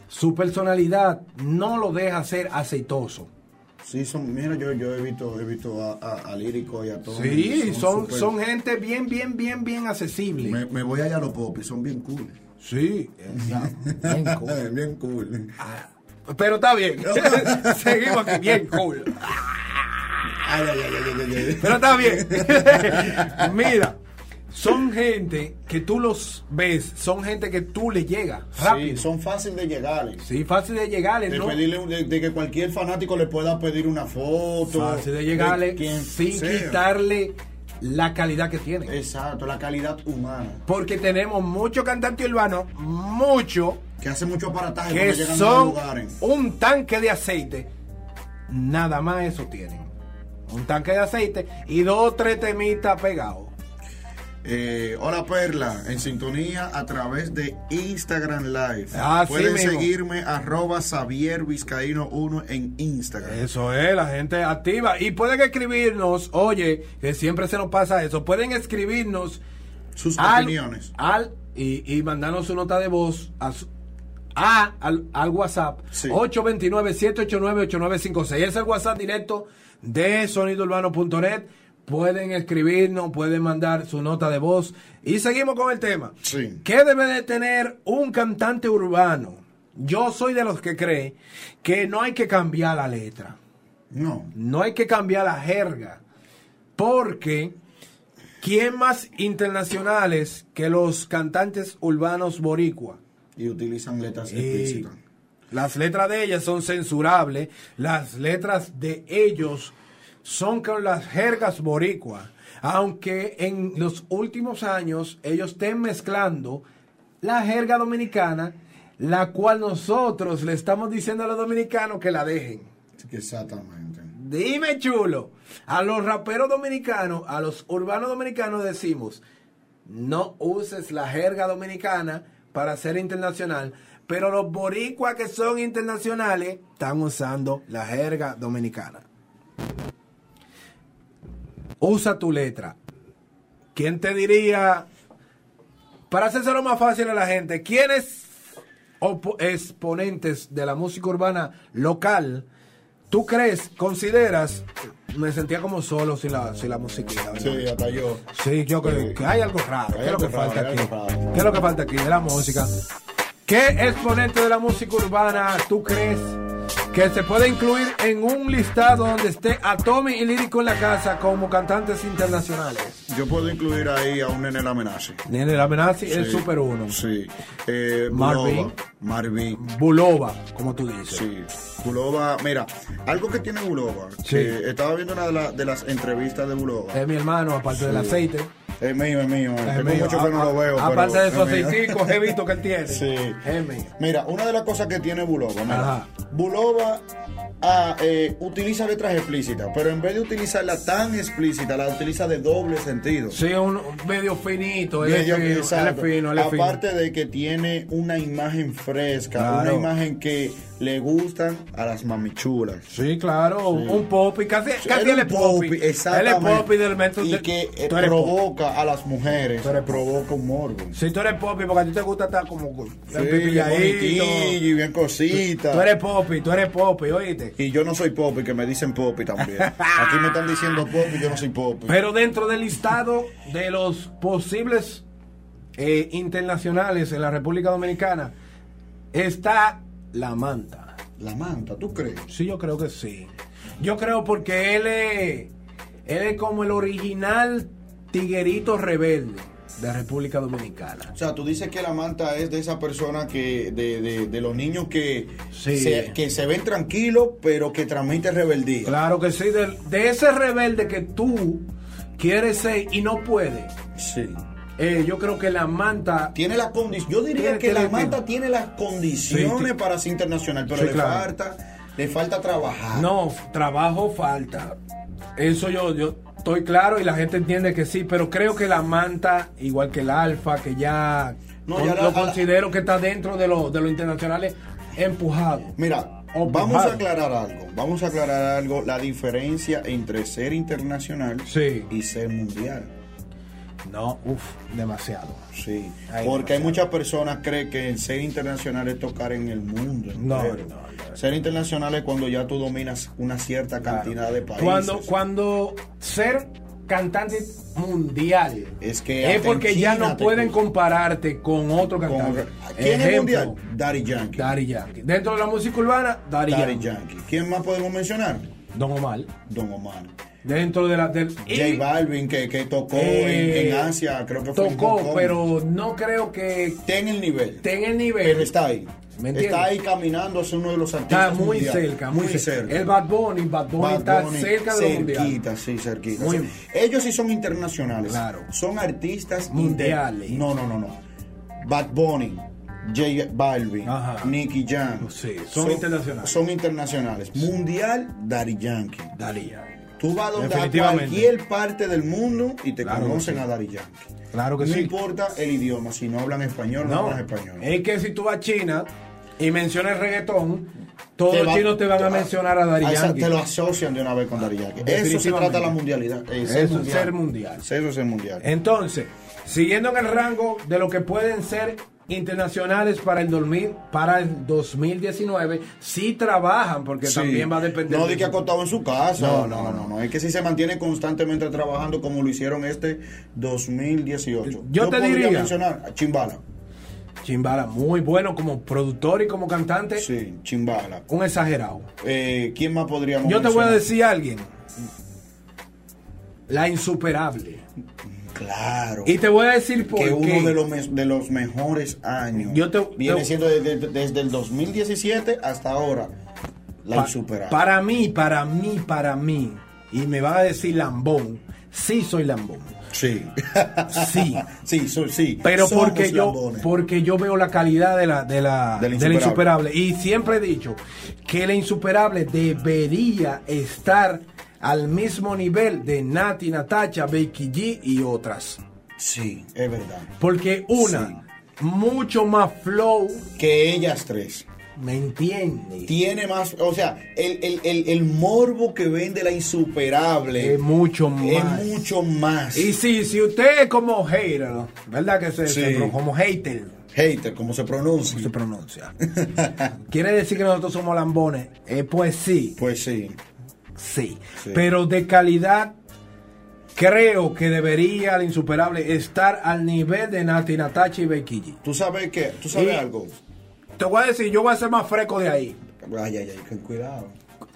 S1: su personalidad no lo deja ser aceitoso.
S2: Sí, son, mira, yo, yo he visto, he visto a, a- a Lírico y a todos.
S1: Sí, son,
S2: súper-
S1: son gente bien, bien, bien, bien accesible.
S2: Me, me voy allá a los popis, son bien cool.
S1: Sí, eh, ya, bien
S2: <laughs>
S1: cool.
S2: bien cool.
S1: Ah, Pero está bien. <laughs> Seguimos aquí, bien cool.
S2: Ay, ay, ay, ay, ay, ay.
S1: Pero está bien. <laughs> Mira, son gente que tú los ves, son gente que tú le llegas
S2: Sí,
S1: rápido. Sí,
S2: son fáciles de llegarles.
S1: fácil de llegarle,
S2: De,
S1: ¿no?
S2: pedirle, un- de, de que cualquier fanático le pueda pedir una foto.
S1: Fácil de eh,
S2: de
S1: llegarle
S2: quien
S1: sin
S2: sea. Eh.
S1: quitarle la calidad que tiene.
S2: Exacto, la calidad humana.
S1: Porque tenemos muchos cantantes urbanos, muchos
S2: Que hace mucho aparataje
S1: que
S2: cuando llegan a los
S1: son
S2: lugares.
S1: un tanque de aceite. Nada más eso tienen. Un tanque de aceite y dos o tres temitas pegados.
S2: Eh, hola Perla, en sintonía a través de Instagram Live.
S1: Ah, sí
S2: Pueden
S1: mismo.
S2: seguirme arroba Xavier Vizcaíno 1 en Instagram.
S1: Eso es, la gente activa. Y pueden escribirnos, oye, que siempre se nos pasa eso. Pueden escribirnos
S2: Sus
S1: al,
S2: opiniones.
S1: al- y, y mandarnos su nota de voz a, su- a- al, al WhatsApp
S2: Sí.
S1: 829-789-8956. Es el WhatsApp directo de sonidourbano.net. Pueden escribirnos, pueden mandar su nota de voz. Y seguimos con el tema.
S2: Sí.
S1: ¿Qué debe de tener un cantante urbano? Yo soy de los que cree que no hay que cambiar la letra.
S2: No,
S1: No hay que cambiar la jerga. Porque, ¿quién más internacionales que los cantantes urbanos boricua?
S2: y utilizan letras
S1: Y
S2: explícitas.
S1: las letras de ellas son censurables. Las letras de ellos son con las jergas boricua. Aunque en los últimos años ellos estén mezclando la jerga dominicana, la cual nosotros le estamos diciendo a los dominicanos que la dejen.
S2: Exactamente.
S1: Dime, chulo. A los raperos dominicanos, a los urbanos dominicanos decimos, no uses la jerga dominicana para ser internacional, pero los boricuas que son internacionales están usando la jerga dominicana. Usa tu letra. ¿Quién te diría? Para hacérselo más fácil a la gente, ¿quiénes opo- exponentes de la música urbana local tú crees, consideras? Me sentía como solo sin la, sin la musiquita, ¿verdad?
S2: Sí, hasta yo.
S1: Sí, yo creo
S2: Sí.
S1: que hay algo raro. ¿Qué
S2: Hay
S1: es lo que
S2: algo raro,
S1: falta
S2: hay
S1: aquí?
S2: algo raro.
S1: ¿Qué es lo que falta aquí de la música? ¿Qué exponente de la música urbana tú crees que se puede incluir en un listado donde esté a Tommy y Lírico en la casa como cantantes internacionales?
S2: Yo puedo incluir ahí a un nene la amenaza.
S1: Nene la Menazzi es
S2: Sí,
S1: super uno.
S2: Sí. Eh,
S1: Marvin.
S2: Bulova. Marvin.
S1: Bulova, como tú dices.
S2: Sí. Bulova, mira, algo que tiene Bulova.
S1: Sí.
S2: que estaba viendo una de, la- de las entrevistas de Bulova.
S1: Es mi hermano, aparte del aceite.
S2: Es mío, es mío. eh.
S1: Es
S2: Tengo
S1: mío.
S2: mucho que no
S1: A-
S2: lo veo.
S1: a-
S2: pero
S1: Aparte de
S2: es
S1: esos eh.
S2: mío.
S1: aceitico, he visto que él tiene.
S2: Sí.
S1: Es mío.
S2: <laughs> Mira, una de las cosas que tiene Bulova,
S1: Ajá.
S2: mira, Bulova ah, eh, utiliza letras explícitas, pero en vez de utilizarla tan explícita, la utiliza de doble sentido.
S1: Sí, un medio finito. él es
S2: Medio
S1: Pues fino, él es
S2: exacto.
S1: fino, él es fino.
S2: Aparte de que tiene una imagen fresca,
S1: Claro.
S2: una imagen que le gustan a las mamichulas.
S1: Sí, claro, un popi, casi, casi
S2: Él
S1: él es popi. Él es
S2: exactamente.
S1: popi del método.
S2: Y
S1: de-
S2: que eh,
S1: tú eres popi.
S2: provoca a las mujeres, provoca un morbo.
S1: Si tú eres popi, porque a ti te gusta estar como
S2: Sí, bien bonitillo, y bien cosita.
S1: Tú eres popi, tú eres popi, oíste.
S2: Y yo no soy popi, que me dicen
S1: <laughs>
S2: popi también. Aquí me están diciendo popi, yo no soy popi.
S1: Pero dentro del listado de los posibles eh, internacionales en la República Dominicana está la manta.
S2: La manta, ¿tú crees?
S1: Sí, yo creo que sí. Yo creo porque él es, él es como el original tiguerito rebelde de República Dominicana.
S2: O sea, tú dices que la manta es de esa persona que, de, de- de los niños que,
S1: Sí.
S2: se, que se ven tranquilos, pero que transmite rebeldía.
S1: Claro que sí, del- de, ese rebelde que tú quieres ser y no puedes.
S2: Sí.
S1: Eh, yo creo que la manta
S2: Tiene las condiciones. Yo diría
S1: Tiene-
S2: que
S1: tiene-
S2: la manta tiene las
S1: Sí,
S2: condiciones
S1: ti-
S2: para ser internacional, pero
S1: Sí,
S2: le
S1: claro.
S2: falta, le falta trabajar.
S1: No, f- trabajo falta. Eso yo, yo estoy claro y la gente entiende que sí, pero creo que la manta, igual que el alfa, que ya,
S2: No,
S1: con-
S2: ya la-
S1: lo
S2: a la-
S1: considero que está dentro de los de los internacionales, empujado.
S2: Mira,
S1: O
S2: vamos
S1: empujado.
S2: a aclarar algo. Vamos a aclarar algo. La diferencia entre ser internacional
S1: Sí.
S2: y ser mundial.
S1: No, uff, demasiado.
S2: Sí.
S1: Ay,
S2: porque
S1: demasiado.
S2: hay muchas personas creen que el ser internacional es tocar en el mundo.
S1: No,
S2: entero.
S1: no, no.
S2: Ser internacional es cuando ya tú dominas una cierta cantidad de países.
S1: Cuando, cuando ser cantante mundial
S2: Es que hasta
S1: porque
S2: en
S1: ya
S2: China
S1: no
S2: te
S1: pueden
S2: escuchan.
S1: compararte con otro
S2: Con-
S1: cantante.
S2: ¿Quién es
S1: Ejemplo,
S2: mundial? Daddy Yankee.
S1: Daddy Yankee. Dentro de la música urbana, Daddy,
S2: Daddy
S1: Yankee.
S2: Yankee. ¿Quién más podemos mencionar?
S1: Don Omar.
S2: Don Omar.
S1: Dentro de la del
S2: J Balvin, que, que tocó en-
S1: eh,
S2: en, Asia, creo que fue en Hong
S1: tocó,
S2: Kong.
S1: pero no creo que
S2: Ten el nivel.
S1: tenga el nivel.
S2: Pero está ahí.
S1: ¿Me entiendes?
S2: Está ahí caminando, es uno de los artistas.
S1: Está muy
S2: mundiales.
S1: cerca, muy, cerca. El Bad Bunny, Bad Bunny
S2: Bad
S1: está
S2: Bunny,
S1: cerca de lo mundial.
S2: cerquita, sí, cerquita.
S1: Muy
S2: Son-
S1: bien.
S2: ellos sí son internacionales.
S1: Claro.
S2: Son artistas
S1: Mundiales.
S2: inter- No, no, no, no. Bad Bunny, J Balvin,
S1: Ajá.
S2: Nicky Jam.
S1: Sí, son internacionales.
S2: Son internacionales. Mundial, Daddy Yankee.
S1: Daría.
S2: Tú vas donde a
S1: Definitivamente.
S2: cualquier parte del mundo y te
S1: Claro que
S2: conocen
S1: sí.
S2: a Daddy Yankee.
S1: Claro que
S2: no
S1: sí.
S2: importa el idioma, si no hablan español, no,
S1: No,
S2: hablan español.
S1: es que si tú vas a China y mencionas reggaetón, todos
S2: Te
S1: los
S2: va-
S1: chinos te van a mencionar a Daddy
S2: Ah, esa-
S1: Yankee.
S2: Te lo asocian de una vez con Dari Yankee. Eso se
S1: Definitivamente.
S2: trata la mundialidad. eh,
S1: Eso es ser mundial.
S2: Eso es ser mundial.
S1: Entonces, siguiendo en el rango de lo que pueden ser internacionales para el 2000, para el 2019, sí trabajan porque
S2: Sí.
S1: también va a depender
S2: No
S1: de
S2: de que
S1: su-
S2: acotado en su casa.
S1: No,
S2: No,
S1: no,
S2: no, no.
S1: no.
S2: Es que si se mantiene constantemente trabajando como lo hicieron este 2018.
S1: Yo te
S2: podría
S1: diría-
S2: mencionar a Chimbala.
S1: Chimbala, muy bueno como productor y como cantante,
S2: Sí, Chimbala.
S1: un exagerado.
S2: Eh, ¿Quién más podríamos
S1: Yo te voy a
S2: mencionar?
S1: decir a alguien, la insuperable.
S2: Claro.
S1: Y te voy a decir por
S2: que
S1: qué.
S2: uno de los, mes- de los mejores años.
S1: Yo te-
S2: Viene
S1: te-
S2: siendo desde, desde el 2017 hasta ahora. La
S1: Pa-
S2: insuperable.
S1: Ah, Para mí, para mí, para mí, y me van a decir lambón, sí soy lambón,
S2: Sí.
S1: sí.
S2: <laughs> Sí, so- sí.
S1: Pero
S2: Somos
S1: porque yo,
S2: lambones.
S1: porque yo veo la calidad de la, de la,
S2: Del
S1: de la insuperable.
S2: insuperable.
S1: Y siempre he dicho que la insuperable debería estar al mismo nivel de Nati, Natacha, Becky G y otras.
S2: Sí, es verdad.
S1: Porque una, mucho más flow,
S2: Que ellas tres.
S1: ¿me entiendes?
S2: Tiene más, o sea, el, el, el, el morbo que vende la insuperable
S1: Es mucho más.
S2: es mucho más.
S1: Y sí, si usted es como hater, ¿no? ¿verdad que se,
S2: Sí.
S1: se pro- como hater
S2: Hater, como se pronuncia.
S1: se
S2: <laughs>
S1: pronuncia? ¿Quiere decir que nosotros somos lambones? Eh, pues sí.
S2: Pues sí.
S1: Sí.
S2: Sí.
S1: Pero de calidad, creo que debería el insuperable estar al nivel de Nati Natacha y Becky G.
S2: ¿Tú sabes qué? ¿Tú sabes
S1: Y-
S2: algo?
S1: Te voy a decir, yo voy a ser más fresco de ahí.
S2: Ay, ay, ay, con cuidado.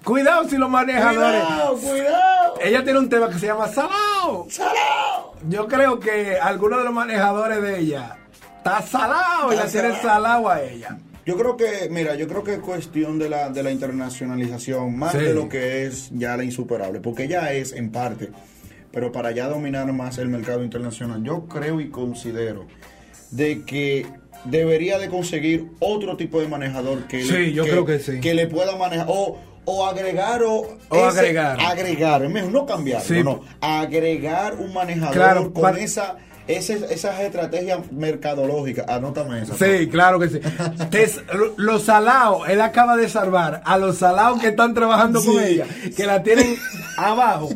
S1: Cuidado si los manejadores.
S2: Cuidado, cuidado.
S1: Ella tiene un tema que se llama Salado.
S2: Salao.
S1: Yo creo que alguno de los manejadores de ella está salado y
S2: Está
S1: la tiene
S2: salao.
S1: salado a ella.
S2: Yo creo que, mira, yo creo que es cuestión de la, de la internacionalización, más
S1: Sí.
S2: de lo que es ya la insuperable, porque ya es en parte, pero para ya dominar más el mercado internacional, yo creo y considero de que debería de conseguir otro tipo de manejador que,
S1: Sí,
S2: le,
S1: yo creo que sí.
S2: le pueda manejar, o, o agregar, o,
S1: O agregar.
S2: agregar, es mejor no cambiar,
S1: Sí.
S2: no, agregar un manejador
S1: Claro,
S2: con
S1: para-
S2: esa... Ese- esas estrategias mercadológicas, anótame eso.
S1: Sí, claro que sí. Te- los salados, él acaba de salvar a los salados que están trabajando con
S2: Sí.
S1: ella, que la tienen abajo.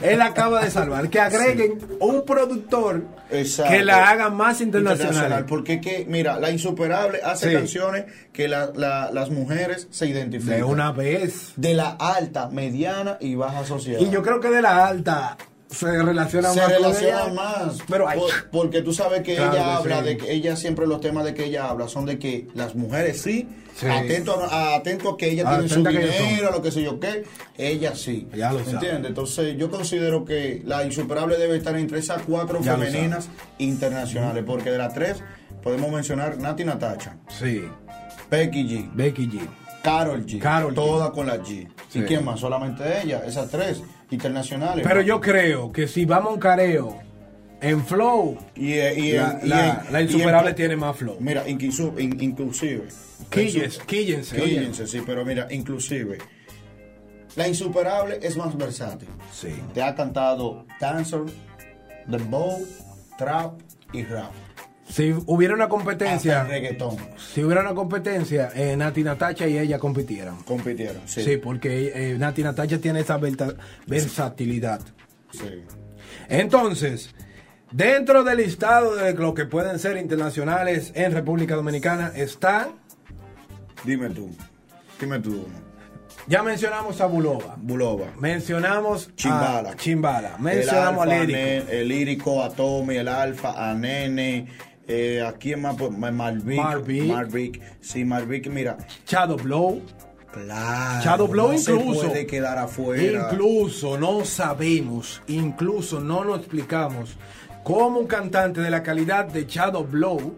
S1: Él acaba de salvar. Que agreguen un productor
S2: Exacto.
S1: que la haga más internacional.
S2: Porque es que, mira, la insuperable hace
S1: Sí.
S2: canciones que la- la- las mujeres se identifican.
S1: De una vez.
S2: De la alta, mediana y baja sociedad.
S1: Y yo creo que de la alta se relaciona
S2: se
S1: más. con
S2: relaciona
S1: ella,
S2: más.
S1: Pero ay,
S2: Por- porque tú sabes que
S1: Claro que
S2: ella habla
S1: sí.
S2: de que ella siempre los temas de que ella habla son de que las mujeres sí,
S1: Sí.
S2: atento a, a- atento a que ella tiene su
S1: Atenta que ellas son.
S2: dinero, lo que sé yo qué, ella sí.
S1: Ya lo sabe.
S2: ¿Entiendes? Entonces yo considero que la insuperable debe estar entre esas cuatro
S1: Ya lo
S2: femeninas internacionales, porque de las tres podemos mencionar Nati Natacha,
S1: sí.
S2: Becky G,
S1: Becky G.
S2: Carol G,
S1: Karol G.
S2: toda con la G.
S1: Sí.
S2: ¿Y quién más? Solamente ella, esas tres internacionales.
S1: Pero yo creo que si vamos a un careo en flow,
S2: Y, eh, y
S1: la,
S2: en- y
S1: la-
S2: en-
S1: la
S2: y en-
S1: insuperable tiene más flow.
S2: Mira, incluso- in- inclusive.
S1: Quilles, quíllense. oye.
S2: Quíllense, sí, pero mira, inclusive. La insuperable es más versátil.
S1: Sí.
S2: Te ha cantado Dancer, Dembow, Trap y Rap.
S1: Si hubiera una
S2: Hasta
S1: competencia,
S2: el reggaetón
S1: si hubiera una competencia, eh, Nati Natacha y ella compitieran.
S2: compitieron. Sí.
S1: Sí, porque eh, Nati Natacha tiene esa verta- versatilidad.
S2: sí.
S1: Entonces, dentro del listado de lo que pueden ser internacionales en República Dominicana está,
S2: Dime tú. Dime tú.
S1: ya mencionamos a Bulova,
S2: Bulova.
S1: mencionamos
S2: Chimbala.
S1: a Chimbala, mencionamos a
S2: Mencionamos
S1: Lérico.
S2: El lírico, a Tommy, el alfa, a Nene. Eh, ¿A quién más? Pues, Ma- Marvick.
S1: Marvick.
S2: Marvick. Sí, Marvick, mira.
S1: Shadow Blow,
S2: Claro.
S1: Shadow Blow
S2: no se
S1: incluso.
S2: puede quedar afuera.
S1: Incluso no sabemos, incluso no nos explicamos cómo un cantante de la calidad de Shadow Blow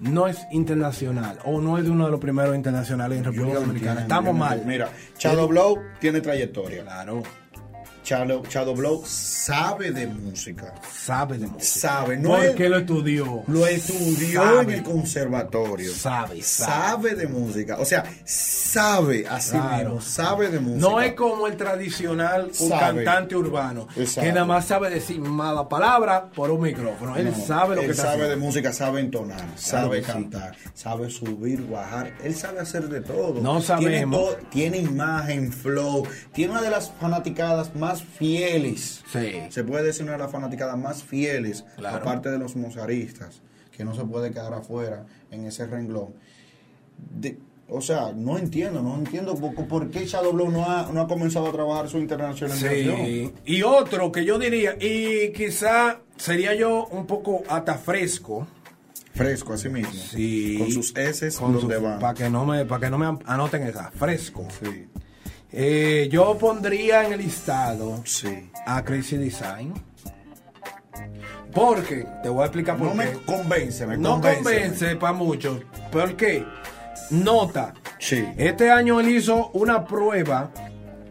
S1: no es internacional o no es de uno de los primeros internacionales en
S2: Yo
S1: República
S2: no
S1: Dominicana.
S2: entiendo,
S1: Estamos
S2: yo no
S1: mal.
S2: entiendo. Mira, Shadow Blow tiene trayectoria.
S1: Claro,
S2: Shadow, Shadow Blow sabe de música.
S1: sabe de música.
S2: Sabe, no es-
S1: Porque lo estudió.
S2: Lo estudió
S1: Sabe.
S2: en el conservatorio.
S1: Sabe, sabe.
S2: de música. O sea, sabe así
S1: Claro.
S2: mismo. Sabe de música.
S1: No es como el tradicional un
S2: Sabe.
S1: cantante urbano
S2: Exacto.
S1: que nada más sabe decir mala palabra por un micrófono. Él
S2: No,
S1: sabe lo
S2: él
S1: que está
S2: sabe
S1: haciendo.
S2: de música, sabe entonar, sabe
S1: que sí.
S2: cantar, sabe subir, bajar, él sabe hacer de todo.
S1: No
S2: Tiene
S1: sabemos.
S2: todo- Tiene, imagen, flow, tiene una de las fanaticadas más fieles.
S1: Sí.
S2: Se puede decir una de las fanaticadas más fieles,
S1: Claro.
S2: aparte de los mozaristas, que no se puede quedar afuera en ese renglón. De- o sea, no entiendo, no entiendo por, por qué Shadow Blow no ha, no ha comenzado a trabajar su internacionalización.
S1: Sí. Y otro que yo diría, y quizá sería yo un poco hasta fresco.
S2: Fresco, así mismo.
S1: Sí.
S2: Con sus S,
S1: Con
S2: donde
S1: sus-
S2: van.
S1: Para que no me, para que no me an- anoten esa, fresco.
S2: Sí.
S1: Eh, yo pondría en el listado
S2: Sí.
S1: a Crazy Design. Porque, te voy a explicar por
S2: No
S1: qué.
S2: me convence, me
S1: no convence para muchos. ¿Por qué? Nota.
S2: Sí.
S1: Este año él hizo una prueba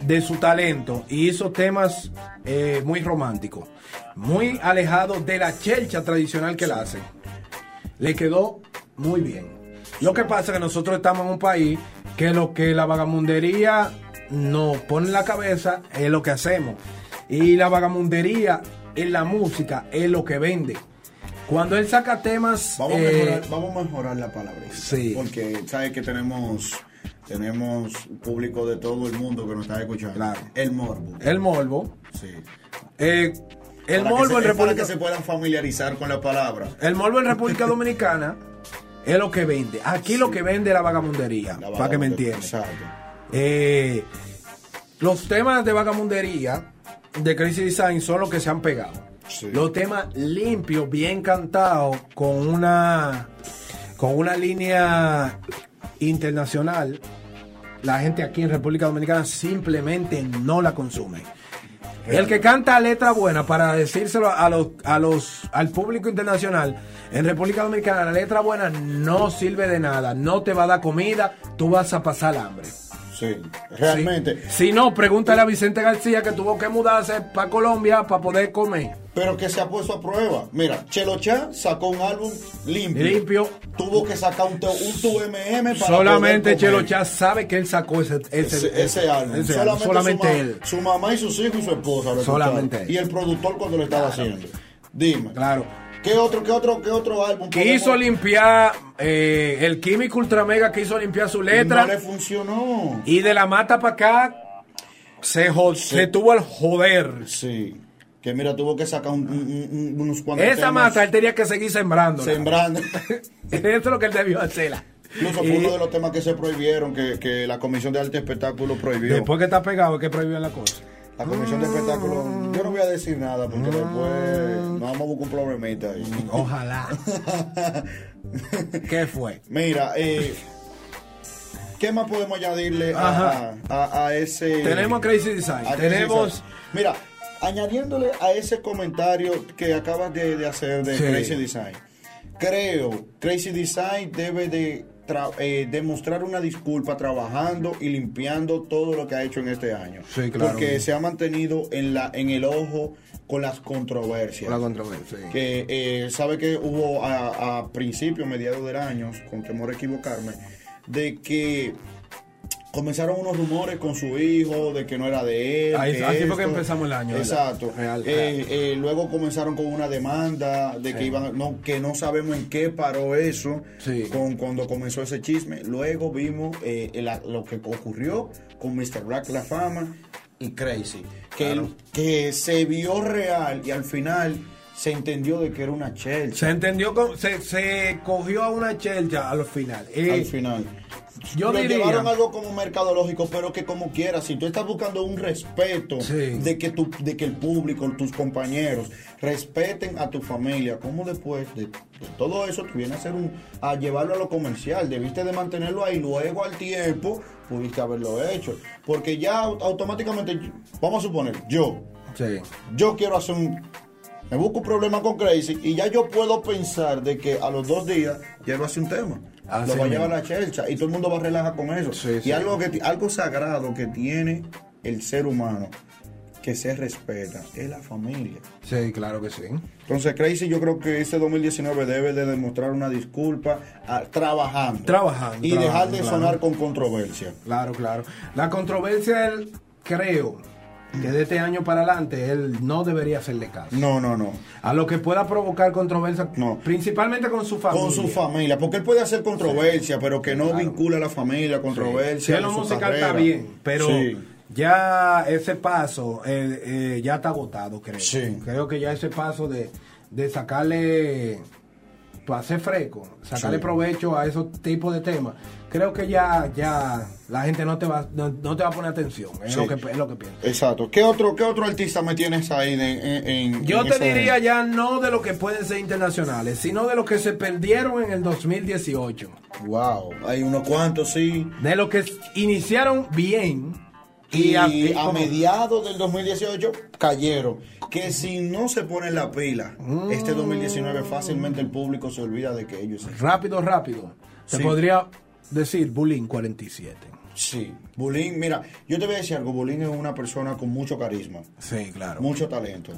S1: de su talento y hizo temas eh, muy románticos, muy alejados de la chelcha tradicional que él hace. Le quedó muy bien. Lo que pasa es que nosotros estamos en un país que lo que la vagamundería nos pone en la cabeza es lo que hacemos. Y la vagamundería en la música es lo que vende. Cuando él saca temas...
S2: Vamos,
S1: eh,
S2: a mejorar, vamos a mejorar la palabra.
S1: Sí.
S2: Porque sabes que tenemos tenemos público de todo el mundo que nos está escuchando.
S1: Claro.
S2: El morbo.
S1: El morbo.
S2: Sí.
S1: eh, el
S2: Para que
S1: morbo en
S2: se- es para
S1: República...
S2: que se puedan familiarizar con la palabra.
S1: El morbo en República Dominicana es lo que vende. Aquí lo que vende es la vagamundería.
S2: La
S1: para que me
S2: vagamundería,
S1: entiendas.
S2: Exacto.
S1: Eh, los temas de vagamundería de Crazy Design son los que se han pegado.
S2: Sí.
S1: Los temas limpios, bien cantados, con una, con una línea internacional. La gente aquí en República Dominicana simplemente no la consume. El que canta letra buena para decírselo a los, a los, al público internacional, en República Dominicana la letra buena no sirve de nada, no te va a dar comida, tú vas a pasar hambre.
S2: Sí. Realmente.
S1: Si no, pregúntale a Vicente García que tuvo que mudarse para Colombia para poder comer.
S2: Pero que se ha puesto a prueba. Mira, Chelo Chá sacó un álbum limpio.
S1: Limpio.
S2: Tuvo que sacar un, tu- un tu MM para
S1: Solamente
S2: poder comer.
S1: Chelo Chá sabe que él sacó ese, ese,
S2: ese, ese álbum.
S1: ese álbum.
S2: solamente
S1: Solamente
S2: su ma-
S1: él.
S2: Su mamá y sus hijos y su esposa. lo
S1: Solamente
S2: escucharon.
S1: él.
S2: Y el productor cuando lo estaba haciendo. Dime.
S1: Claro.
S2: ¿Qué otro, qué otro, qué otro álbum?
S1: Quiso
S2: podemos-
S1: limpiar, eh, el químico Ultramega quiso limpiar su letra.
S2: No le funcionó.
S1: Y de la mata para acá se, jo- se tuvo el joder.
S2: Sí. Que mira, tuvo que sacar un- un- un- unos cuantos.
S1: Esa
S2: temas
S1: mata
S2: <laughs>
S1: él tenía que seguir sembrando.
S2: Sembrando.
S1: <laughs> Eso es lo que él debió hacerla. <laughs>
S2: Incluso
S1: Y
S2: fue uno de los temas que se prohibieron, que, que la Comisión de Arte y Espectáculo prohibió.
S1: Después que está pegado, es que prohibió la cosa.
S2: la Comisión de Espectáculo, yo no voy a decir nada porque después
S1: Mm.
S2: nos vamos a buscar un problemita ahí. <laughs>
S1: Ojalá. ¿Qué fue?
S2: Mira, eh, ¿qué más podemos añadirle
S1: Ajá.
S2: a, a- a ese...
S1: Tenemos Crazy Design.
S2: a-
S1: tenemos.
S2: Mira, añadiéndole a ese comentario que acabas de, de hacer de
S1: Sí.
S2: Crazy Design. Creo, Crazy Design debe de tra- eh, demostrar una disculpa trabajando y limpiando todo lo que ha hecho en este año.
S1: Sí, claro.
S2: Porque se ha mantenido en, la, en el ojo con las controversias
S1: controversia.
S2: que eh, sabe que hubo a, a principios, mediados del año, con temor a equivocarme, de que comenzaron unos rumores con su hijo, de que no era de él.
S1: Ahí-
S2: que
S1: así fue
S2: esto.
S1: que empezamos el año,
S2: Exacto.
S1: ¿verdad? Real,
S2: Eh, eh, luego comenzaron con una demanda de que iban, no, que no sabemos en qué paró eso
S1: Sí.
S2: con cuando comenzó ese chisme. Luego vimos eh, el- lo que ocurrió con Mr. Black La Fama y Crazy. Que, que se vio real y al final se entendió de que era una
S1: Se
S2: chelcha.
S1: entendió, con- se, se cogió a una chelcha al final. Eh,
S2: Al final.
S1: yo
S2: Lo
S1: diría-
S2: llevaron algo como mercadológico, pero que como quieras, si tú estás buscando un respeto
S1: Sí.
S2: de, que tu, de que el público, tus compañeros, respeten a tu familia, ¿cómo después de, de todo eso tú vienes a, hacer un, a llevarlo a lo comercial? Debiste de mantenerlo ahí, luego al tiempo pudiste haberlo hecho. Porque ya au- automáticamente, vamos a suponer, yo,
S1: Sí.
S2: yo quiero hacer un... Me busco un problema con Crazy y ya yo puedo pensar de que a los dos días ya lo hace un tema.
S1: Así
S2: lo va a llevar
S1: mismo.
S2: a la chelcha y todo el mundo va a relajar con eso.
S1: Sí,
S2: y
S1: sí.
S2: algo que ti- algo sagrado que tiene el ser humano que se respeta es la familia.
S1: Sí, claro que sí.
S2: Entonces Crazy yo creo que este 2019 debe de demostrar una disculpa ah, trabajando.
S1: Trabajando,
S2: Y dejar
S1: trabajando,
S2: de
S1: claro.
S2: sonar con controversia.
S1: Claro, claro. La controversia, él, creo que de este año para adelante, él no debería hacerle caso.
S2: No, no, no.
S1: A lo que pueda provocar controversia,
S2: No.
S1: principalmente con su familia.
S2: Con su familia, porque él puede hacer controversia, pero que no vincula a la familia,
S1: Sí,
S2: controversia.
S1: lo
S2: a su
S1: musical
S2: carrera.
S1: está bien, pero
S2: Sí.
S1: ya ese paso eh, eh, ya está agotado, creo.
S2: Sí.
S1: Creo que ya ese paso de, de sacarle, para hacer fresco, sacarle
S2: Sí.
S1: provecho a esos tipos de temas, creo que ya ya la gente no te va no, no te va a poner atención, es,
S2: Sí.
S1: lo, que, es lo que pienso.
S2: Exacto. ¿Qué otro, ¿Qué otro artista me tienes ahí de- en, en-
S1: Yo
S2: en
S1: te
S2: ese-
S1: diría ya no de lo que pueden ser internacionales, sino de lo que se perdieron en el 2018.
S2: Wow. Hay unos cuantos, sí.
S1: De lo que iniciaron bien
S2: Y, a,
S1: como-
S2: mediados del 2018 cayeron. Que si no se pone la pila, este 2019 fácilmente el público se olvida de que ellos.
S1: Rápido, rápido. Se
S2: Sí.
S1: podría decir Bullying 47.
S2: Sí. Bulín, mira, yo te voy a decir algo. Bulín es una persona con mucho carisma.
S1: Sí, claro.
S2: mucho talento.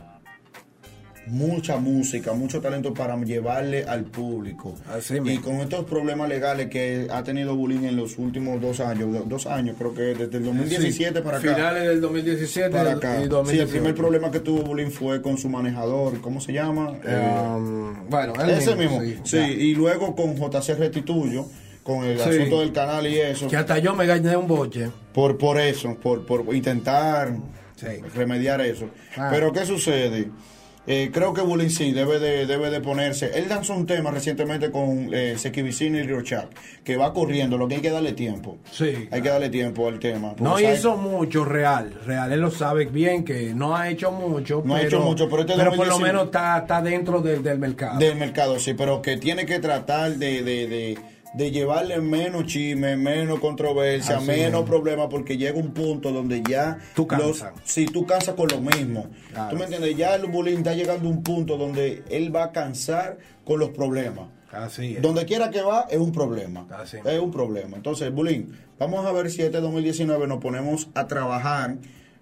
S2: Mucha música, mucho talento para llevarle al público.
S1: Así
S2: y
S1: mismo.
S2: con estos problemas legales que ha tenido Bulín en los últimos dos años, do- dos años creo que desde el 2017 para acá.
S1: Finales del 2017
S2: para acá.
S1: y
S2: Sí, el
S1: 2018.
S2: primer problema que tuvo Bulín fue con su manejador, ¿cómo se llama? Eh,
S1: Um, bueno, él
S2: ese mismo. Sí,
S1: ya.
S2: y luego con JC Restituyo, con el
S1: Sí.
S2: asunto del canal y eso.
S1: Que hasta yo me gané un boche.
S2: Por, por eso, por, por intentar
S1: Sí.
S2: remediar eso.
S1: Ah.
S2: Pero ¿qué sucede? Eh, creo que Bullying sí debe de, debe de ponerse. Él lanzó un tema recientemente con eh, Seki Vicini y Riochak, que va corriendo, lo que hay que darle tiempo.
S1: Sí.
S2: Hay que darle tiempo al tema. porque
S1: No
S2: sabe-
S1: hizo mucho real, real, él lo sabe bien que no ha hecho mucho,
S2: No ha
S1: pero,
S2: hecho mucho, pero este
S1: por lo
S2: 2019
S1: menos está, está dentro del, del mercado.
S2: Del mercado, sí, pero que tiene que tratar de, de, de, de llevarle menos chisme, menos controversia,
S1: Así
S2: menos
S1: mismo.
S2: problemas, porque llega un punto donde ya.
S1: Tú cansas.
S2: Si tú cansas con lo mismo.
S1: Claro.
S2: ¿Tú me entiendes? Ya el bullying está llegando a un punto donde él va a cansar con los problemas.
S1: Así es.
S2: Donde quiera que va es un problema.
S1: Así.
S2: Es un problema. Entonces, Bulín, vamos a ver si este 2019 nos ponemos a trabajar.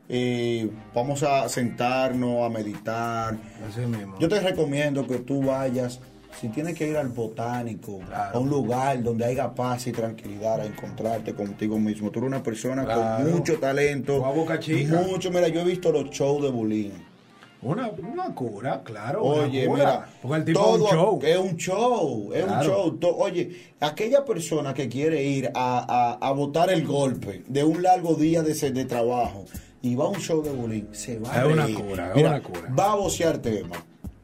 S2: eh, vamos a sentarnos, a meditar,
S1: Así mismo.
S2: yo te recomiendo que tú vayas, si tienes que ir al botánico,
S1: Claro.
S2: a un lugar donde haya paz y tranquilidad, a encontrarte contigo mismo. Tú eres una persona
S1: Claro.
S2: con mucho talento.
S1: Tú a Boca Chica.
S2: Mucho, mira, yo he visto los shows de Bulín.
S1: Una, una cura, claro. una
S2: Oye,
S1: cura.
S2: mira,
S1: Porque el tipo es un
S2: todo-
S1: show.
S2: Es un show, es
S1: Claro.
S2: un show. To- Oye, aquella persona que quiere ir a, a, a botar el golpe de un largo día de, se- de trabajo y va a un show de bullying, se va a
S1: Es una
S2: reír.
S1: cura, es
S2: Mira,
S1: una cura.
S2: Va a vocear tema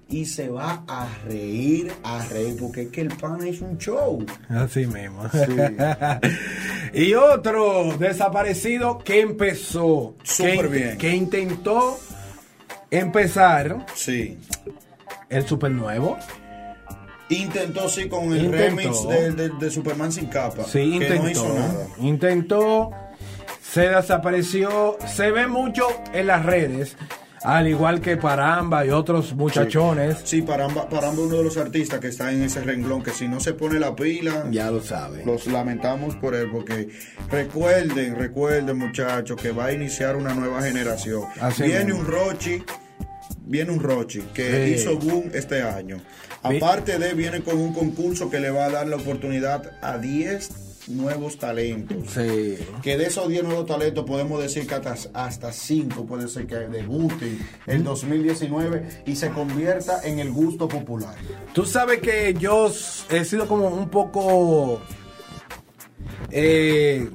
S2: y se va a reír, a reír, porque es que el pana es un show.
S1: Así mismo. <laughs> y otro desaparecido que empezó. que,
S2: Súper bien.
S1: Que intentó empezar
S2: Sí.
S1: el super nuevo.
S2: Intentó sí con el
S1: Intentó.
S2: remix de, de- de Superman sin capa.
S1: Sí,
S2: que
S1: intentó.
S2: no hizo nada.
S1: Intentó, se desapareció. Se ve mucho en las redes. Al igual que Paramba y otros muchachones.
S2: Sí, Paramba, Paramba es uno de los artistas que está en ese renglón, que si no se pone la pila,
S1: Ya lo saben.
S2: los lamentamos por él, porque recuerden, recuerden muchachos, que va a iniciar una nueva generación.
S1: Así
S2: viene
S1: mismo.
S2: un Rochi, viene un Rochi, que
S1: Sí.
S2: hizo boom este año.
S1: Vi-
S2: Aparte de, viene con un concurso que le va a dar la oportunidad a 10 nuevos talentos.
S1: Sí.
S2: Que de esos 10 nuevos talentos podemos decir que hasta, hasta 5 puede ser que debuten el 2019 y se convierta en el gusto popular.
S1: Tú sabes que yo s- he sido como un poco. eh,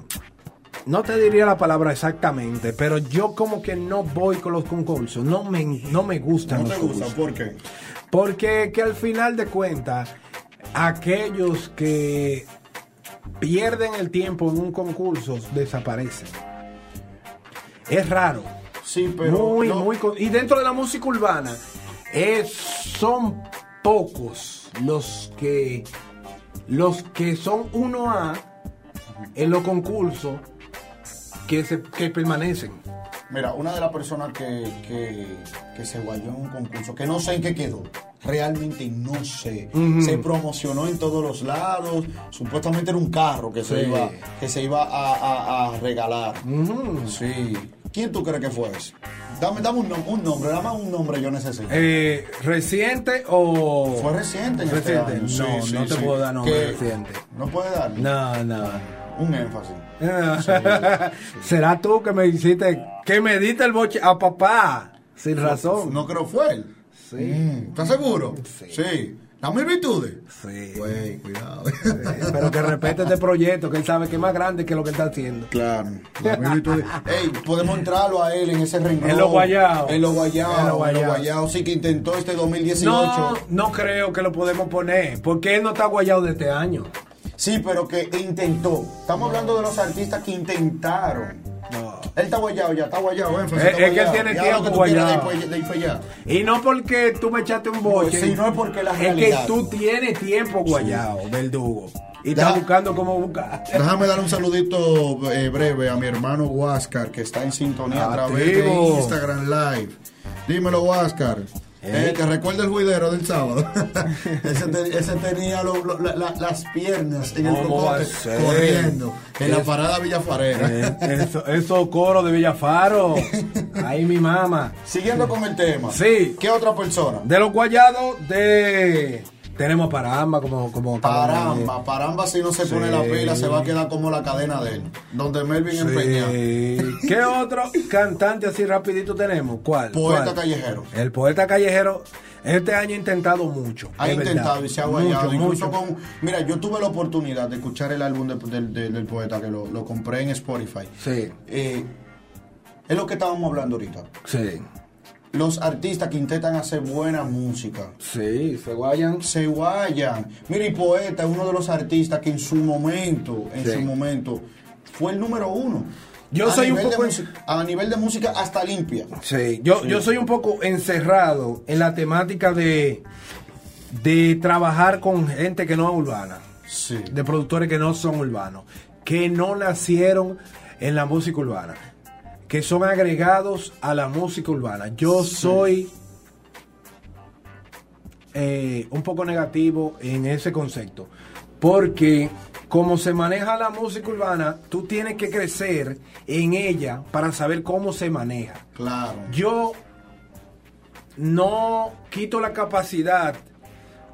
S1: no te diría la palabra exactamente, pero yo como que no voy con los concursos. No me, no me gustan
S2: ¿No
S1: los
S2: te gusta?
S1: concursos.
S2: ¿Por qué?
S1: Porque que al final de cuentas, aquellos que pierden el tiempo en un concurso desaparecen. Es raro.
S2: Sí, pero
S1: muy,
S2: no-
S1: muy. co- Y dentro de la música urbana, es, son pocos los que. Los que son 1A en los concursos que, se, que permanecen.
S2: Mira, una de las personas que, que, que se guayó en un concurso, que no sé en qué quedó, realmente no sé. Se promocionó en todos los lados, supuestamente era un carro que se
S1: Sí.
S2: iba, que se iba a, a- a regalar. Sí. ¿Quién tú crees que fue ese? Dame, dame un, nom- un nombre, dame un nombre yo necesito.
S1: Eh, ¿Reciente o.?
S2: fue reciente en este
S1: Reciente.
S2: año. Sí,
S1: No,
S2: sí,
S1: no te
S2: sí.
S1: puedo dar nombre
S2: Que-
S1: reciente.
S2: No puede dar
S1: No, no.
S2: un énfasis.
S1: <laughs> ¿Será tú que me hiciste, que me diste el boche a papá? Sin razón.
S2: No creo fue él.
S1: Sí.
S2: Mm, ¿Estás seguro?
S1: Sí.
S2: Las mil virtudes.
S1: Sí.
S2: Güey, cuidado.
S1: Pero que respete este proyecto, que él sabe que es más grande que lo que él está haciendo.
S2: Claro. Las mil virtudes. Ey, podemos entrarlo a él en ese renglón.
S1: En lo guayao.
S2: En lo guayao.
S1: En
S2: En
S1: lo
S2: lo
S1: guayao.
S2: guayao. Sí, que intentó este 2018.
S1: No, no creo que lo podemos poner, porque él no está guayado de este año.
S2: Sí, pero que intentó. Estamos hablando de los artistas que intentaron.
S1: No.
S2: Él está guayado ya, está guayado. énfasis,
S1: Es-
S2: está
S1: es que él
S2: guayao.
S1: tiene
S2: Ya
S1: tiempo
S2: lo que tú quieras
S1: guayao.
S2: De ahí, pa- de ahí pa' allá.
S1: Y no porque tú me echaste un boche.
S2: Sí, no es porque la
S1: Es que
S2: realidad.
S1: tú tienes tiempo guayado, verdugo. Y
S2: Ya.
S1: estás buscando cómo buscar.
S2: Déjame dar un saludito eh, breve a mi hermano Huáscar, que está en sintonía a través de
S1: Activo.
S2: Instagram Live. Dímelo, Huáscar. Eh, que recuerda el juidero
S1: <laughs>
S2: del sábado. ese, te- ese tenía lo- lo- la- la- las piernas en el
S1: ¿Cómo va a
S2: cocote
S1: ser?
S2: corriendo en la
S1: Es-
S2: parada Villafarera.
S1: Eh, <laughs> eso, eso coro de Villafaro. Ahí mi mamá.
S2: <laughs> Siguiendo con el tema.
S1: Sí.
S2: ¿Qué otra persona?
S1: De los guayados de. Tenemos Paramba como. como
S2: Paramba, Paramba si no se pone
S1: Sí.
S2: la pila se va a quedar como la cadena de él, donde Melvin
S1: Sí.
S2: empeña.
S1: ¿Qué otro cantante así rapidito tenemos? ¿Cuál?
S2: Poeta
S1: ¿Cuál?
S2: callejero.
S1: El poeta callejero este año ha intentado mucho.
S2: Ha
S1: es
S2: intentado
S1: verdad.
S2: y se ha guayado.
S1: Mucho,
S2: Incluso
S1: mucho.
S2: con. Mira, yo tuve la oportunidad de escuchar el álbum de- del- del- del poeta que lo, lo compré en Spotify.
S1: Sí,
S2: Eh, es lo que estábamos hablando ahorita.
S1: sí,
S2: Los artistas que intentan hacer buena música
S1: sí, se guayan.
S2: se guayan. Mira, y poeta es uno de los artistas que en su momento, en
S1: Sí.
S2: su momento, fue el número uno.
S1: Yo soy un
S2: nivel de
S1: poco-
S2: musi- a nivel de música hasta limpia.
S1: Sí, yo, yo soy un poco encerrado en la temática de, de trabajar con gente que no es urbana,
S2: Sí.
S1: de productores que no son urbanos, que no nacieron en la música urbana, que son agregados a la música urbana. Yo soy eh, un poco negativo en ese concepto, porque como se maneja la música urbana, tú tienes que crecer en ella para saber cómo se maneja.
S2: Claro.
S1: Yo no quito la capacidad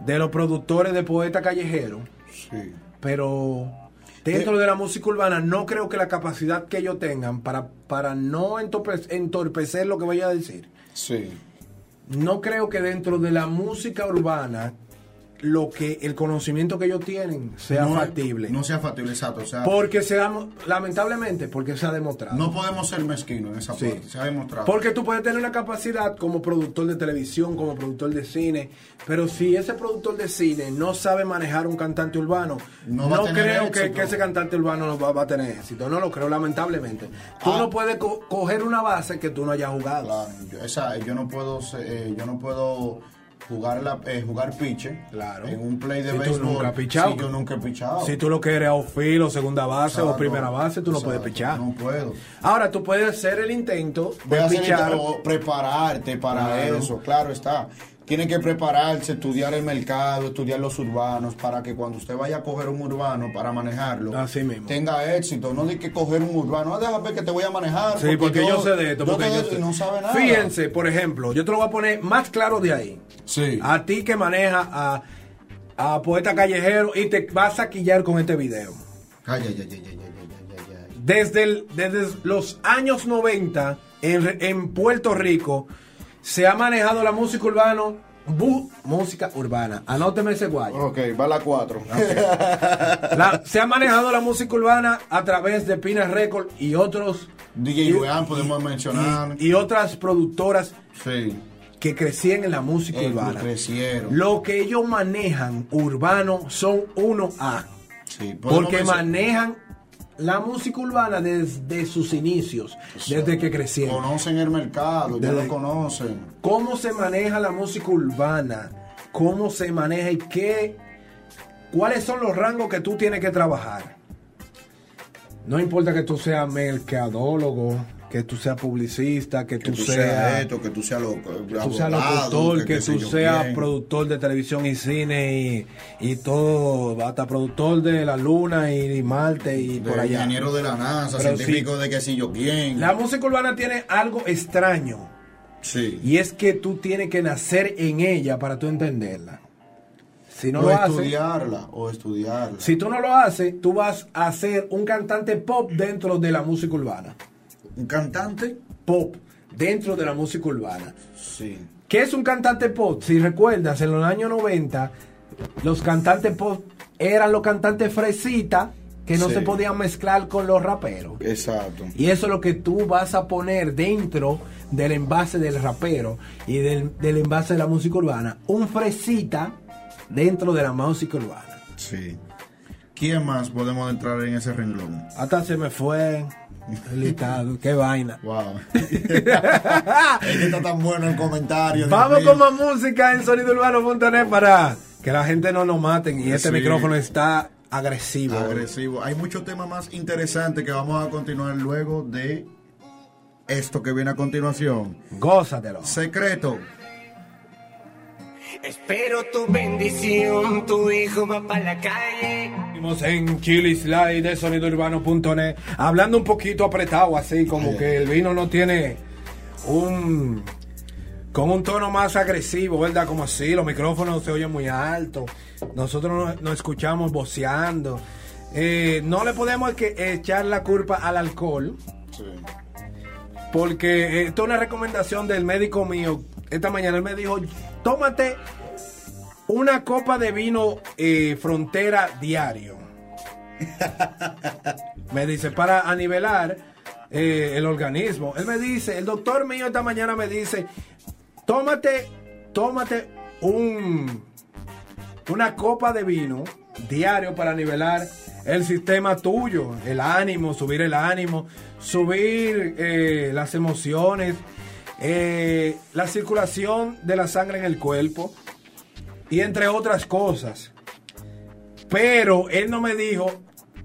S1: de los productores de poeta callejero,
S2: Sí.
S1: pero
S2: Eh.
S1: dentro de la música urbana no creo que la capacidad que ellos tengan para, para no entorpe- entorpecer lo que vaya a decir.
S2: Sí.
S1: no creo que dentro de la música urbana lo que el conocimiento que ellos tienen sea
S2: no,
S1: factible.
S2: No sea factible, exacto. O sea,
S1: porque se ha, lamentablemente, porque se ha demostrado.
S2: no podemos ser mezquinos en esa
S1: Sí.
S2: parte. Se ha demostrado.
S1: Porque tú puedes tener una capacidad como productor de televisión, como productor de cine, pero si ese productor de cine no sabe manejar un cantante urbano, no,
S2: No va a tener
S1: creo que,
S2: éxito.
S1: que ese cantante urbano no va, va a tener éxito. No lo creo, lamentablemente. Tú
S2: Ah.
S1: no puedes co- coger una base que tú no hayas jugado.
S2: Claro, yo, esa- yo no puedo ser- eh, yo no puedo jugar la, eh, jugar piche
S1: Claro.
S2: en un play de
S1: Si tú
S2: béisbol
S1: nunca has pichado.
S2: si yo nunca he pichado
S1: Si tú lo quieres a filo, segunda base
S2: Exacto.
S1: o primera base, tú no
S2: Exacto,
S1: puedes pichar.
S2: no puedo
S1: Ahora, tú puedes hacer el intento de
S2: Voy a hacer
S1: pichar.
S2: el- o prepararte para
S1: Claro.
S2: eso claro está tiene que prepararse estudiar el mercado estudiar los urbanos para que cuando usted vaya a coger un urbano para manejarlo
S1: Así mismo.
S2: tenga éxito no de que coger un urbano ah, déjame ver que te voy a manejar
S1: Sí, porque yo, sé de esto.
S2: yo
S1: Porque
S2: te-
S1: yo sé.
S2: no sabe nada
S1: Fíjense, por ejemplo, yo te lo voy a poner más claro de ahí.
S2: sí
S1: A ti que maneja a, a Poeta Callejero y te vas a quillar con este video.
S2: Ay, ay, ay, ay, ay, ay, ay, ay, ay.
S1: Desde, el- desde los años 90 en, Re- en Puerto Rico se ha manejado la música urbana. bu- música urbana. Anóteme ese guay.
S2: Ok, va la 4.
S1: Ah. La- se ha manejado la música urbana a través de Pina Record y otros
S2: DJ
S1: y-
S2: Luan podemos mencionar.
S1: y, y otras productoras
S2: <laughs> sí.
S1: que crecían en la música
S2: Eh,
S1: urbana.
S2: crecieron.
S1: Lo que ellos manejan urbano son 1A,
S2: sí, podemos
S1: porque
S2: mencionar-
S1: manejan la música urbana desde sus inicios, desde que crecieron.
S2: Conocen el mercado, ya
S1: Desde-
S2: lo conocen.
S1: cómo se maneja la música urbana, cómo se maneja y qué, cuáles son los rangos que tú tienes que trabajar. No importa que tú seas mercadólogo, que tú seas publicista, que, tú, seas,
S2: que tú seas eh, loco.
S1: que tú seas locutor, que, tú seas productor de televisión y cine y, y todo, hasta productor de la luna y, y Marte y por allá.
S2: ingeniero de la NASA,
S1: Pero
S2: científico de que si yo quién.
S1: La música urbana tiene algo extraño.
S2: sí.
S1: Y es que tú tienes que nacer en ella para tú entenderla. Si no
S2: o
S1: lo haces,
S2: estudiarla, o estudiarla.
S1: si tú no lo haces, tú vas a ser un cantante pop dentro de la música urbana.
S2: ¿Un cantante?
S1: Pop dentro de la música urbana.
S2: Sí.
S1: ¿Qué es un cantante pop? Si recuerdas, en los años 90, los cantantes pop eran los cantantes fresitas que no
S2: Sí.
S1: se podían mezclar con los raperos.
S2: Exacto.
S1: Y eso es lo que tú vas a poner dentro del envase del rapero y del, del envase de la música urbana. Un fresita dentro de la música urbana.
S2: Sí. ¿Quién más podemos entrar en ese renglón?
S1: Hasta se me fue el listado. Qué
S2: <laughs>
S1: vaina.
S2: Wow. es que está tan bueno el comentario. Dios
S1: Vamos
S2: mío.
S1: con más música en Sonido Urbano Fontanet para que la gente no nos maten. Y este
S2: Pues Sí.
S1: micrófono está agresivo.
S2: agresivo. Hay muchos temas más interesantes que vamos a continuar luego de esto que viene a continuación.
S1: Gózatelo.
S2: Secreto.
S5: Espero tu bendición, tu hijo va para la calle.
S1: Seguimos en Chili Slide de sonidourbano.net hablando un poquito apretado así como que el vino no tiene un con un tono más agresivo verdad como así los micrófonos se oyen muy alto nosotros no- nos, escuchamos voceando Eh, no le podemos que- echar la culpa al alcohol porque eh, esto es una recomendación del médico mío. Esta mañana él me dijo, tómate una copa de vino eh, frontera diario. me dice, para anivelar eh, el organismo. Él me dice, el doctor mío esta mañana me dice, tómate, tómate un, una copa de vino diario para nivelar el sistema tuyo, el ánimo, subir el ánimo, subir eh, las emociones, eh, la circulación de la sangre en el cuerpo y entre otras cosas. Pero él no me dijo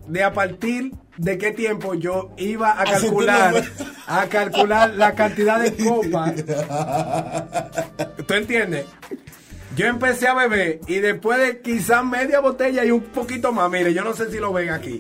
S1: de a partir de qué tiempo yo iba a calcular a calcular la cantidad de copas. ¿Tú entiendes? Yo empecé a beber y después de quizás media botella y un poquito más, mire, yo no sé si lo ven aquí.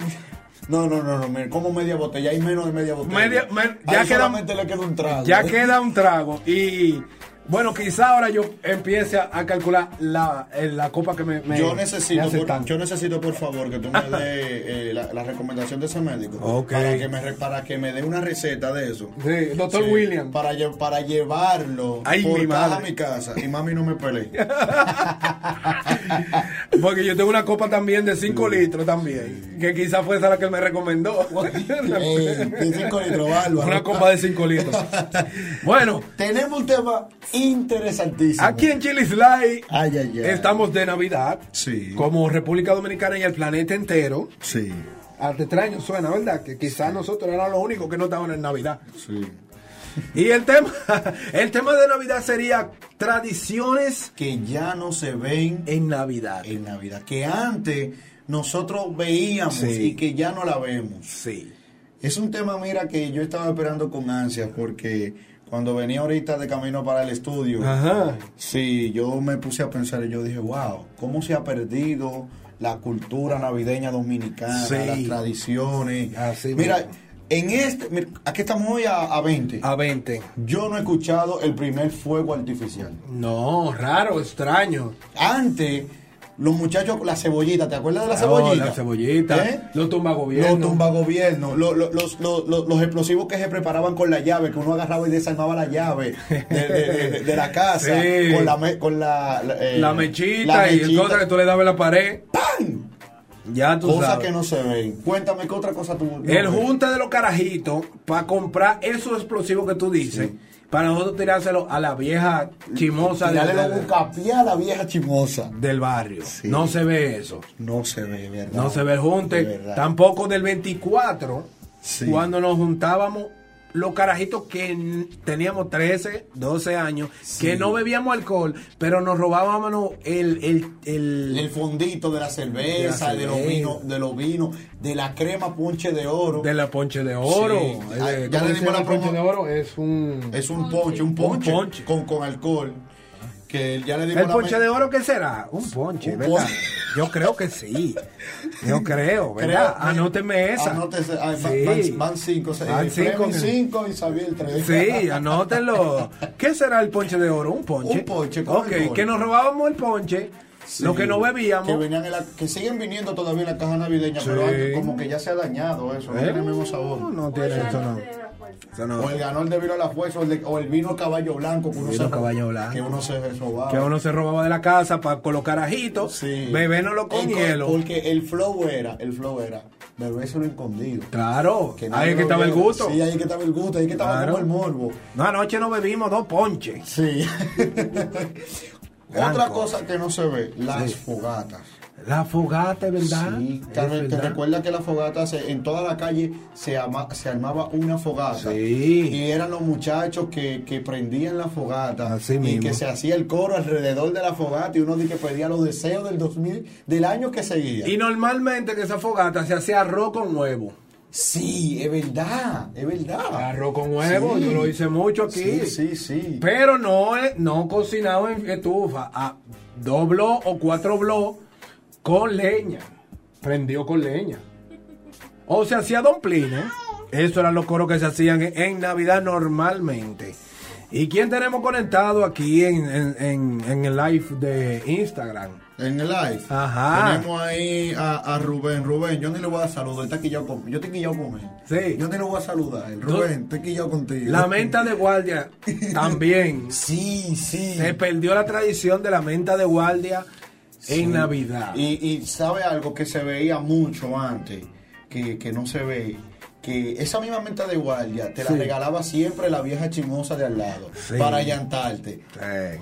S2: No, no, no, no. mira, Como media botella. Hay menos de media botella.
S1: Media- me- ya queda-
S2: ya ¿eh? solamente le queda un trago.
S1: Ya queda un trago y Bueno, quizá ahora yo empiece a, a calcular la, eh, la copa que me, me-
S2: yo
S1: me
S2: necesito,
S1: hace
S2: por,
S1: tanto.
S2: yo necesito por favor que tú me
S1: <laughs>
S2: des eh, la, la recomendación de ese médico
S1: Ok.
S2: para que me re- para que me dé una receta de eso.
S1: Sí, doctor
S2: Sí,
S1: William.
S2: Para, lle- para llevarlo
S1: Ay,
S2: por
S1: mi
S2: caja
S1: madre.
S2: a mi casa. Y mami no
S1: <laughs>
S2: me peleé.
S1: Porque yo tengo una copa también de 5 litros también. Que quizá fue esa la que me
S2: <laughs>
S1: recomendó.
S2: Eh, de cinco litros,
S1: <laughs>
S2: bárbaro.
S1: una copa de 5
S2: <laughs>
S1: litros. Bueno,
S2: Tenemos un tema interesantísimo.
S1: aquí en Chile Slide
S2: Ay, ay, ay.
S1: estamos de Navidad.
S2: Sí.
S1: Como República Dominicana y el planeta entero.
S2: Sí,
S1: Hasta extraño suena, ¿verdad? Que quizás nosotros éramos los únicos que no estaban en Navidad.
S2: sí.
S1: Y el tema, <laughs> el tema de Navidad sería tradiciones
S2: Que ya no se ven
S1: en Navidad.
S2: en Navidad. Que antes nosotros veíamos
S1: Sí.
S2: y que ya no la vemos.
S1: Sí.
S2: Es un tema, mira, que yo estaba esperando con ansia porque cuando venía ahorita de camino para el estudio,
S1: Ajá.
S2: sí, yo me puse a pensar y yo dije, wow, ¿cómo se ha perdido la cultura navideña dominicana,
S1: Sí.
S2: las tradiciones?
S1: Así
S2: mira,
S1: mismo. Ah.
S2: en este, mira, aquí estamos hoy a, a 20.
S1: A 20.
S2: Yo no he escuchado el primer fuego artificial.
S1: No, raro, extraño.
S2: Antes, los muchachos, la cebollita, ¿te acuerdas de la
S1: Oh,
S2: cebollita?
S1: la cebollita.
S2: ¿Eh?
S1: Los tumbagobiernos.
S2: Los tumbagobiernos, lo- lo- los, lo- lo- los explosivos que se preparaban con la llave, que uno agarraba y desarmaba la llave de, de- de- de- de la casa,
S1: <laughs> Sí.
S2: con, la, me- con la, la, eh,
S1: La mechita
S2: la
S1: y
S2: mechita.
S1: entonces que tú le dabas en la pared.
S2: ¡Pam!
S1: Ya tú
S2: Cosas
S1: sabes.
S2: que no se ven. Cuéntame qué otra cosa tú.
S1: El junte de los carajitos para comprar esos explosivos que tú dices. Para nosotros tirárselo a la vieja chimosa
S2: Dale
S1: del-
S2: la bucapié a la vieja chimosa.
S1: del barrio.
S2: Sí.
S1: No se ve eso.
S2: No se ve, ¿verdad?
S1: No se ve el junte,
S2: De verdad.
S1: tampoco del 24,
S2: Sí.
S1: cuando nos juntábamos los carajitos que n- teníamos 13, 12 años, que no bebíamos alcohol, pero nos robábamos el, el, el-
S2: El fondito de la cerveza,
S1: De
S2: de,
S1: la
S2: los
S1: cerveza.
S2: vinos, de los vinos, de la crema ponche de oro.
S1: de la ponche de oro.
S2: Sí.
S1: Eh, ¿cómo
S2: Ah, ya le
S1: se
S2: dimos
S1: llama
S2: la
S1: ponche
S2: promo-
S1: de oro es un...
S2: Es un ponche, un ponche,
S1: ponche.
S2: Con, con alcohol. Que ya le dimos
S1: ¿El
S2: la
S1: ponche
S2: me-
S1: de oro qué será? Un ponche,
S2: Un
S1: ¿verdad?
S2: <laughs> ponche.
S1: Yo creo que sí. Yo creo,
S2: Creo-
S1: ¿verdad? Anóteme esa.
S2: Anótese, ah, va-
S1: Sí.
S2: van, van cinco. se-
S1: Van
S2: eh, Fleming
S1: cinco.
S2: cinco y Xavier tres.
S1: Sí,
S2: <laughs>
S1: anótenlo. ¿Qué será el ponche de oro? Un ponche.
S2: Un ponche, con
S1: Ok,
S2: alcohol.
S1: que nos robábamos el ponche,
S2: Sí.
S1: lo que no bebíamos.
S2: Que, venían en la- que siguen viniendo todavía en la caja navideña, pero antes como que ya se ha dañado eso, no
S1: ¿Eh?
S2: tiene el mismo
S1: No,
S2: sabor.
S1: no tiene eso, no. Eso no.
S2: O el ganol de vino a la fuerza, o el, de- o el vino caballo blanco. Que uno
S1: Vino
S2: se,
S1: caballo blanco.
S2: Que uno se resobaba.
S1: Que uno se robaba de la casa para colocar ajitos,
S2: Sí.
S1: bebénoslo con
S2: Y
S1: hielo.
S2: Porque el flow era, el flow era, bebéselo escondido.
S1: Claro, ahí
S2: nadie
S1: es que
S2: lo
S1: estaba el
S2: viera.
S1: gusto.
S2: Sí, ahí es que estaba el gusto, ahí es que estaba
S1: Claro.
S2: como el morbo.
S1: No, anoche no bebimos dos ponches.
S2: Sí.
S1: <laughs> Gran
S2: Otra
S1: cosa.
S2: cosa que no se ve, las fogatas.
S1: La fogata, ¿verdad?
S2: Sí,
S1: Es
S2: te, re- te
S1: verdad.
S2: recuerda que la fogata se- en toda la calle se, ama- se armaba una fogata.
S1: Sí.
S2: Y eran los muchachos que, que prendían la fogata.
S1: Así
S2: y
S1: mismo.
S2: que se hacía el coro alrededor de la fogata y uno de que pedía los deseos del 2000, del año que seguía.
S1: Y normalmente que esa fogata se hacía arroz con huevo.
S2: Sí, es verdad, es verdad.
S1: Arroz con huevo,
S2: Ah. Sí.
S1: yo lo hice mucho aquí.
S2: Sí, sí, sí.
S1: Pero no, eh, no cocinado en estufa, a dos blogs o cuatro blogs con leña. Prendió con leña. O se hacía domplines. Eso eran los coros que se hacían en, en Navidad normalmente. ¿Y quién tenemos conectado aquí en, en- en- en el live de Instagram?
S2: En el live.
S1: Ajá.
S2: Tenemos ahí a, a Rubén. Rubén, yo ni le voy a saludar. Él está quillado con, yo estoy quillado con él.
S1: Sí.
S2: Yo ni le voy a saludar. Rubén, estoy quillado contigo.
S1: La menta de guardia también.
S2: Sí, sí.
S1: Se perdió la tradición de la menta de guardia en Navidad.
S2: Y, y sabe algo que se veía mucho antes, que, que no se ve. Que esa misma menta de guardia te la
S1: Sí.
S2: regalaba siempre la vieja chimosa de al lado
S1: Sí.
S2: para llantarte.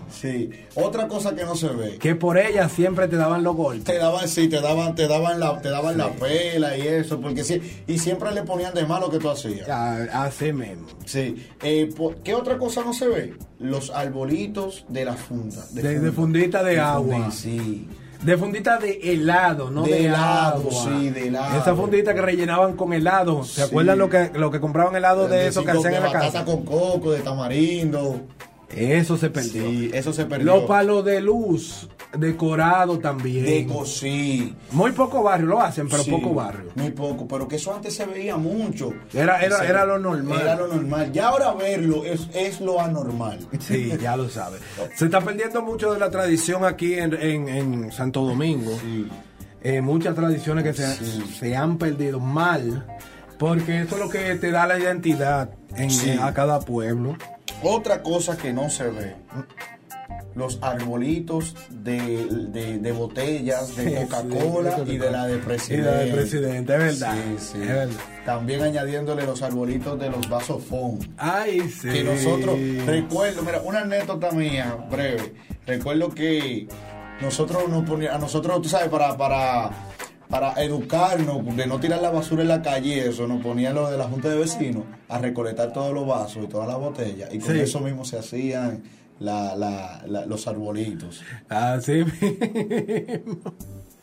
S1: Sí.
S2: Sí. Otra cosa que no se ve.
S1: Que por ella siempre te daban los golpes.
S2: Te daban, sí, te daban, te daban la, te daban la pela y eso, porque sí, y siempre le ponían de malo que tú hacías.
S1: Ah, Así mismo.
S2: Sí. Eh, po- ¿Qué otra cosa no se ve? Los arbolitos de la funda.
S1: De- de fundita de agua.
S2: fundi- sí.
S1: De fundita de helado, no de,
S2: De helado,
S1: agua.
S2: sí, de helado.
S1: Esa fundita que rellenaban con helado. ¿Se
S2: Sí.
S1: acuerdan lo que, lo que compraban helado de, eso que
S2: cinco-
S1: hacían
S2: de
S1: en la
S2: batata
S1: casa?
S2: con coco, de tamarindo.
S1: Eso se perdió.
S2: Sí, eso se perdió.
S1: Los palos de luz decorado también.
S2: De cosí.
S1: Muy poco barrio lo hacen, pero
S2: Sí,
S1: poco barrio.
S2: Muy poco, pero que eso antes se veía mucho.
S1: Era- era-
S2: Se-
S1: era lo normal.
S2: Era lo normal. Ya ahora verlo es, es
S1: <laughs>
S2: lo anormal.
S1: Sí, ya lo
S2: <laughs>
S1: sabes. Se está perdiendo mucho de la tradición aquí en, en- en Santo Domingo. Eh, muchas tradiciones que se, se han perdido mal, porque eso es lo que te da la identidad en,
S2: Sí.
S1: en- a cada pueblo.
S2: Otra cosa que no se ve. Los arbolitos de, de- de botellas de Coca-Cola
S1: Sí,
S2: y de la de
S1: Y
S2: presidente.
S1: de la de presidente, es verdad.
S2: Sí, sí.
S1: Es verdad.
S2: También añadiéndole los arbolitos de los vasos fond.
S1: Ay, sí.
S2: que nosotros recuerdo, mira, una anécdota mía breve. Recuerdo que nosotros nos poníamos, a nosotros, tú sabes, para, para, para educarnos, de no tirar la basura en la calle, y eso, nos ponían los de la Junta de Vecinos a recolectar todos los vasos y todas las botellas. Y con
S1: Sí.
S2: eso mismo se hacían la- la- la- los
S1: <laughs>
S2: arbolitos.
S1: Así mismo.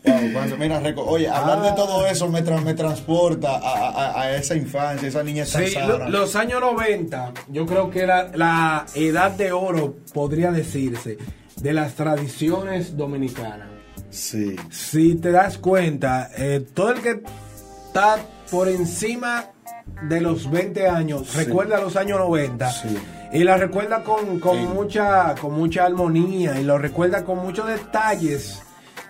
S2: Wow, cuando- mira, reco- oye, hablar
S1: Ah.
S2: de todo eso me, tra- me transporta a, a- a esa infancia, esa niña tan
S1: Sí,
S2: sana.
S1: lo- los años 90, yo creo que era la edad de oro, podría decirse, de las tradiciones dominicanas.
S2: Sí.
S1: Si te das cuenta, eh, todo el que está por encima de los 20 años
S2: Sí.
S1: recuerda los años 90
S2: Sí.
S1: y la recuerda con, con
S2: Sí.
S1: mucha con mucha armonía y lo recuerda con muchos detalles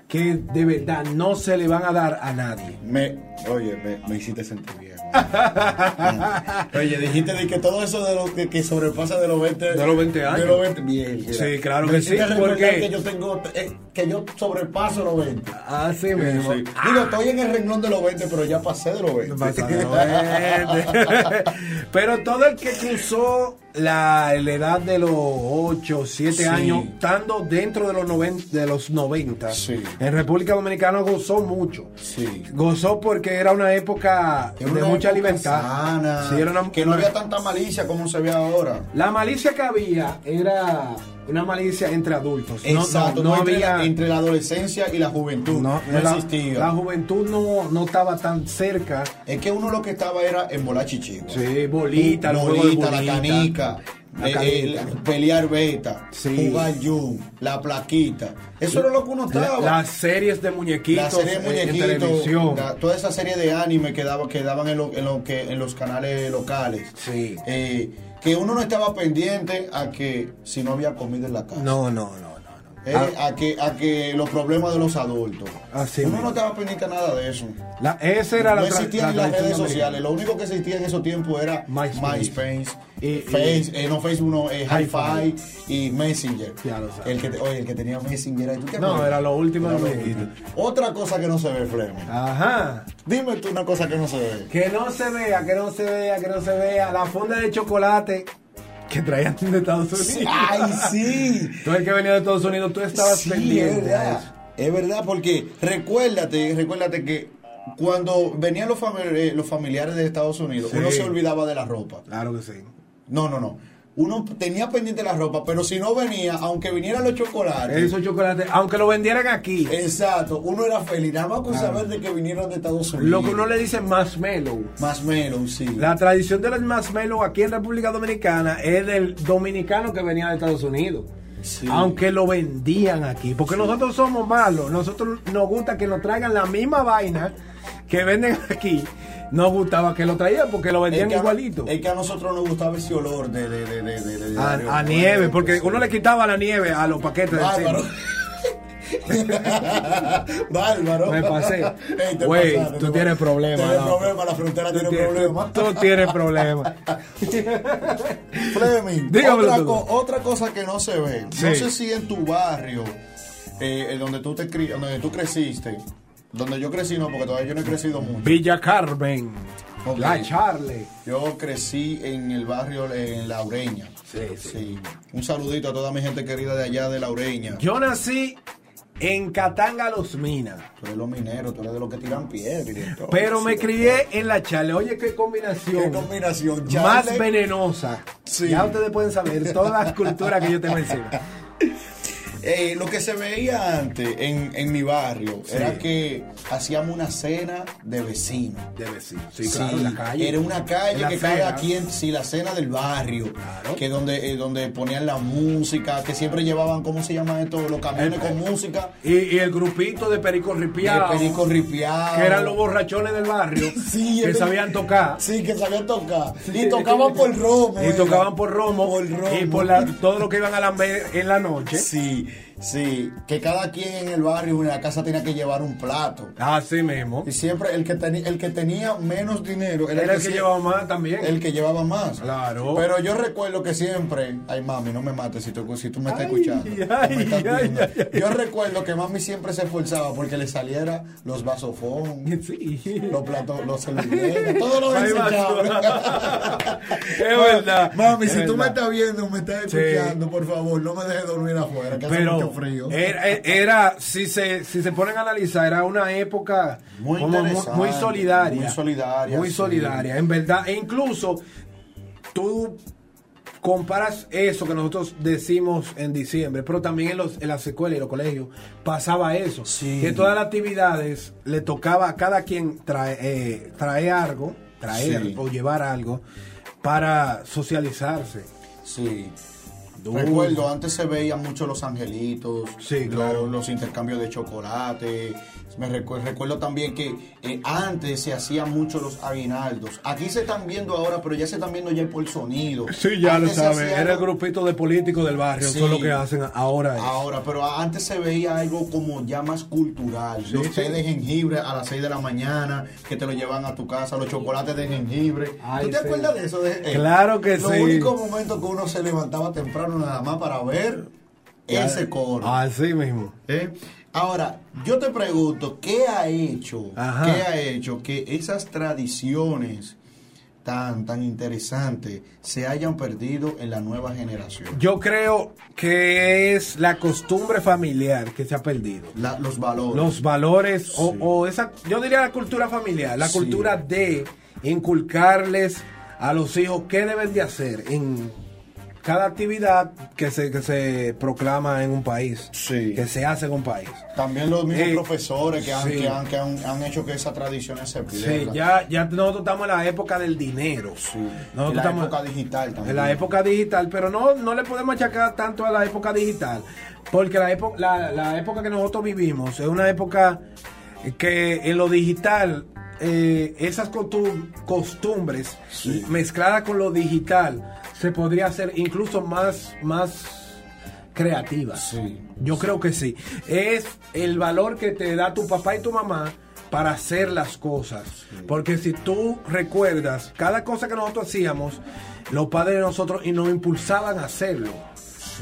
S1: que de verdad no se le van a dar a nadie.
S2: Me, oye, me, me hiciste sentir bien. oye, dijiste de que todo eso de lo que, que sobrepasa de los 20
S1: De los 20 años.
S2: De los 20, bien.
S1: Sí, claro
S2: Me
S1: que
S2: hiciste
S1: sí,
S2: recordar
S1: porque-
S2: que yo tengo eh, que yo sobrepaso los 20.
S1: Así mismo.
S2: Sí. Digo, estoy en el renglón de los 20, pero ya pasé de los <laughs> 20.
S1: <laughs> Pero todo el que cruzó la, la edad de los 8, 7
S2: Sí.
S1: años, estando dentro de los 90, de los 90
S2: Sí.
S1: en República Dominicana gozó mucho.
S2: Sí.
S1: Gozó porque era una época
S2: Era
S1: de
S2: una
S1: mucha
S2: época
S1: libertad.
S2: sana,
S1: Sí, era una-
S2: que no había tanta malicia como se ve ahora.
S1: La malicia que había era una malicia entre adultos. No- no-
S2: Exacto,
S1: no,
S2: entre,
S1: había.
S2: la, entre la adolescencia y la juventud. No,
S1: la,
S2: existía.
S1: la juventud no, no estaba tan cerca.
S2: Es que uno lo que estaba era en bola chichigo.
S1: Sí, bolita, los juegos de
S2: bolita, la
S1: bolita.
S2: canica,
S1: La
S2: eh,
S1: canica.
S2: eh, pelear beta,
S1: Sí.
S2: jugar yum, la plaquita. Eso era lo que uno
S1: La-
S2: estaba.
S1: las series de muñequitos
S2: La serie de
S1: eh, en
S2: muñequitos,
S1: televisión.
S2: la- toda esa serie de anime que, daba, que daban en, lo- en lo que, en los canales locales.
S1: Sí.
S2: Eh, que uno no estaba pendiente a que si no había comida en la casa.
S1: No, no, no, no. no.
S2: Eh, a, que, a que los problemas de los adultos.
S1: Así
S2: uno
S1: mismo.
S2: no estaba pendiente a nada de eso.
S1: La- esa era
S2: no
S1: la tra-
S2: existían
S1: la
S2: ni las
S1: tradición
S2: redes
S1: dominicana.
S2: sociales. Lo único que existía en esos tiempos era
S1: MySpace.
S2: MySpace,
S1: Y-
S2: Face- eh, no Facebook, no, eh,
S1: Hi-Fi.
S2: Hi-Fi y Messenger.
S1: Ya lo sabes.
S2: El que, te- oye, el que tenía Messenger. ahí, ¿tú te
S1: No,
S2: acuerdas?
S1: era lo último de Ah. los
S2: último.
S1: muñequitos.
S2: Otra cosa que no se ve, Fleming.
S1: Ajá.
S2: Dime tú una cosa que no se ve.
S1: Que no se vea, que no se vea, que no se vea. La funda de chocolate que traían de Estados Unidos.
S2: ¡Ay,
S1: <laughs>
S2: sí!
S1: Tú el que venía de Estados Unidos, tú estabas
S2: Sí,
S1: pendiente.
S2: Es
S1: a eso.
S2: verdad, es verdad, porque recuérdate, recuérdate que cuando venían los, fami- eh, los familiares de Estados Unidos,
S1: Sí.
S2: uno se olvidaba de la ropa.
S1: Claro que sí.
S2: No, no, no. Uno tenía pendiente la ropa, pero si no venía, aunque vinieran los chocolates.
S1: Esos chocolates, aunque lo vendieran aquí,
S2: Eh, Exacto, uno era feliz, nada más con saber de que vinieron de Estados Unidos.
S1: lo que uno le dice más mellow.
S2: Más menos, sí.
S1: La tradición de los marshmallows aquí en República Dominicana es del dominicano que venía de Estados Unidos.
S2: Sí.
S1: Aunque lo vendían aquí. Porque nosotros somos malos. Nosotros nos gusta que nos traigan la misma vaina que venden aquí. Nos gustaba que lo traían porque lo vendían
S2: que a-
S1: igualito.
S2: es que a nosotros nos gustaba ese olor de... de, de, de, de- de- de-
S1: A, a nieve, porque uno le quitaba la nieve a los paquetes de encima.
S2: Bárbaro. <laughs> Bárbaro.
S1: Me pasé.
S2: Ey, te
S1: Güey,
S2: pasaste,
S1: tú
S2: te
S1: tienes
S2: pasaste.
S1: problemas,
S2: Tienes
S1: loco.
S2: problemas, la frontera
S1: Tú
S2: tiene
S1: tienes-
S2: problemas.
S1: Tú tienes
S2: <laughs>
S1: problemas.
S2: Fleming,
S1: Dígamelo
S2: otra,
S1: tú.
S2: co- otra cosa que no se ve.
S1: Sí.
S2: No sé si en tu barrio, eh, eh, donde, tú te cri- donde tú creciste, donde yo crecí, no, porque todavía yo no he crecido mucho.
S1: Villa Carmen.
S2: Ok.
S1: La Charle.
S2: Yo crecí en el barrio eh, en La Ureña.
S1: Sí, sí.
S2: Un saludito a toda mi gente querida de allá de La Ureña.
S1: Yo nací en Catanga, Los Minas.
S2: Tú eres los mineros, tú eres de los que tiran piedra. y de todo.
S1: Pero me
S2: Sí.
S1: crié en la Charle. Oye, qué combinación.
S2: Qué combinación,
S1: Más
S2: Charle.
S1: venenosa.
S2: Sí.
S1: <laughs> Ya ustedes pueden saber todas las culturas que yo tengo encima.
S2: eh, lo que se veía antes en, en mi barrio
S1: Sí.
S2: era que hacíamos una cena de vecinos.
S1: Debe ser. Sí, claro, en la calle.
S2: Era una calle
S1: En la
S2: que cada
S1: acera.
S2: quien, sí, la cena del barrio,
S1: Claro.
S2: que donde, eh, donde ponían la música, que siempre llevaban, ¿cómo se llaman estos? Los camiones
S1: El-
S2: con música.
S1: Y, y el grupito de Perico
S2: El
S1: Ripiao,
S2: perico ripiado.
S1: que eran los borrachones del barrio,
S2: <laughs> Sí,
S1: que
S2: era-
S1: sabían tocar.
S2: Sí, que sabían tocar. Y tocaban por romo.
S1: Y
S2: era.
S1: tocaban por Romo,
S2: Por romo.
S1: y por la- todo lo que iban a lamber en la noche.
S2: Sí, sí. Que cada quien en el barrio, en la casa, tenía que llevar un plato.
S1: Así mismo.
S2: Y siempre el que, teni- el que tenía menos dinero era,
S1: Era el que
S2: sie-
S1: llevaba más también.
S2: El que llevaba más.
S1: Claro.
S2: Pero yo recuerdo que siempre. Ay, mami, no me mates si tú, si tú me estás
S1: Ay,
S2: escuchando.
S1: ay,
S2: o me estás
S1: ay,
S2: viendo.
S1: ay, ay.
S2: Yo recuerdo que mami siempre se esforzaba porque le saliera los vasofón,
S1: <laughs> Sí.
S2: los platos, los servilletas, todo <laughs> lo
S1: Ahí va.
S2: desechable. <laughs>
S1: <laughs> Es verdad.
S2: Mami,
S1: Es
S2: si tú me
S1: verdad.
S2: estás viendo, me estás
S1: Sí.
S2: escuchando, por favor, no me dejes dormir afuera, que
S1: Pero
S2: hace mucho frío.
S1: Era, eh, era- si, se, si se ponen a analizar, era una época
S2: Muy
S1: como mu-
S2: interesante,
S1: muy solidaria.
S2: muy solidaria,
S1: Muy
S2: sí.
S1: solidaria, en verdad. E incluso tú comparas eso que nosotros decimos en diciembre, pero también en, los, en las escuelas y los colegios pasaba eso.
S2: Sí.
S1: Que todas las actividades le tocaba a cada quien trae, eh, traer algo, traer
S2: Sí.
S1: o llevar algo para socializarse.
S2: Sí.
S1: Duro.
S2: Recuerdo, antes se veían mucho los angelitos,
S1: Sí,
S2: lo-
S1: claro.
S2: los, intercambios de chocolate. Me recu- recuerdo también que eh, antes se hacían mucho los aguinaldos. Aquí se están viendo ahora, pero ya se están viendo ya por sonido.
S1: Sí, ya
S2: Antes
S1: lo
S2: se
S1: sabes.
S2: hacía
S1: Era el
S2: algo-
S1: grupito de políticos del barrio.
S2: Sí.
S1: Eso es lo que hacen ahora. eso.
S2: Ahora, pero a- antes se veía algo como ya más cultural.
S1: Sí,
S2: los té
S1: sí.
S2: de jengibre a las 6 de la mañana, que te lo llevan a tu casa, los chocolates de jengibre.
S1: Ay,
S2: ¿Tú te
S1: sí.
S2: acuerdas de eso? De-
S1: Claro que
S2: lo
S1: sí.
S2: único momento que uno se levantaba temprano nada más para ver ese coro.
S1: Así mismo.
S2: ¿eh? Ahora, yo te pregunto, ¿qué ha hecho?
S1: Ajá.
S2: ¿Qué ha hecho que esas tradiciones tan, tan interesantes se hayan perdido en la nueva generación?
S1: Yo creo que es la costumbre familiar que se ha perdido.
S2: La- los valores.
S1: Los valores o,
S2: Sí.
S1: o esa, yo diría la cultura familiar, la
S2: Sí.
S1: cultura de inculcarles a los hijos qué deben de hacer en cada actividad que se, que se proclama en un país,
S2: Sí.
S1: que se hace en un país.
S2: También los mismos
S1: Eh,
S2: profesores que, han,
S1: sí.
S2: que, han, que han- han hecho que esas tradiciones se
S1: Sí,
S2: pierdan.
S1: ya, ya nosotros estamos en la época del dinero.
S2: Sí.
S1: Nosotros
S2: En la
S1: estamos-
S2: época digital también.
S1: En la época digital, pero no, no le podemos achacar tanto a la época digital, porque la, época la, la época que nosotros vivimos es una época que en lo digital, eh, esas costu- costumbres
S2: Sí.
S1: mezcladas con lo digital se podría hacer incluso más, más creativa.
S2: Sí.
S1: Yo creo que sí. Es el valor que te da tu papá y tu mamá para hacer las cosas. Porque si tú recuerdas, cada cosa que nosotros hacíamos, los padres de nosotros y nos impulsaban a hacerlo.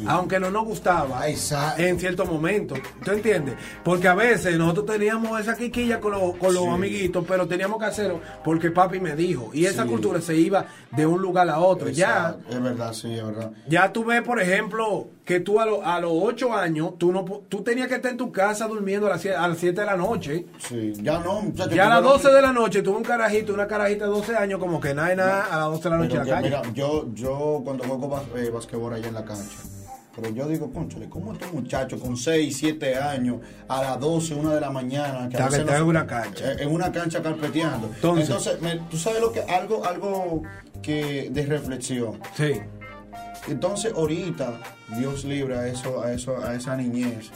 S1: Aunque no nos gustaba
S2: Exacto.
S1: en cierto momento. ¿Tú entiendes? Porque a veces nosotros teníamos esa quiquilla con, los- con los
S2: Sí.
S1: amiguitos, pero teníamos que hacerlo porque papi me dijo. Y esa
S2: Sí.
S1: cultura se iba de un lugar a otro. Ya
S2: Exacto. Es verdad, sí, es verdad.
S1: ya tú ves, por ejemplo, que tú a, lo- a los 8 años, tú no po- tú tenías que estar en tu casa durmiendo a las 7 de la noche.
S2: Sí. Ya no, muchachos,
S1: Ya a
S2: yo
S1: las
S2: no-
S1: 12 de la noche, tuve un carajito, una carajita de 12 años, como que nada, y nada, a las 12 de la noche
S2: Pero
S1: en
S2: que,
S1: la calle.
S2: mira, yo, yo cuando juego bas, eh, basquetbol allá en la cancha, pero yo digo, conchale, ¿cómo estos muchachos con 6, 7 años, a las 12, 1 de la mañana, que
S1: Está
S2: a veces
S1: que está en una cancha.
S2: eh, En una cancha carpeteando.
S1: Entonces.
S2: Entonces, me- tú sabes lo que, algo, algo que de reflexión.
S1: Sí,
S2: Entonces, ahorita, Dios libre a eso, a eso, a esa niñez.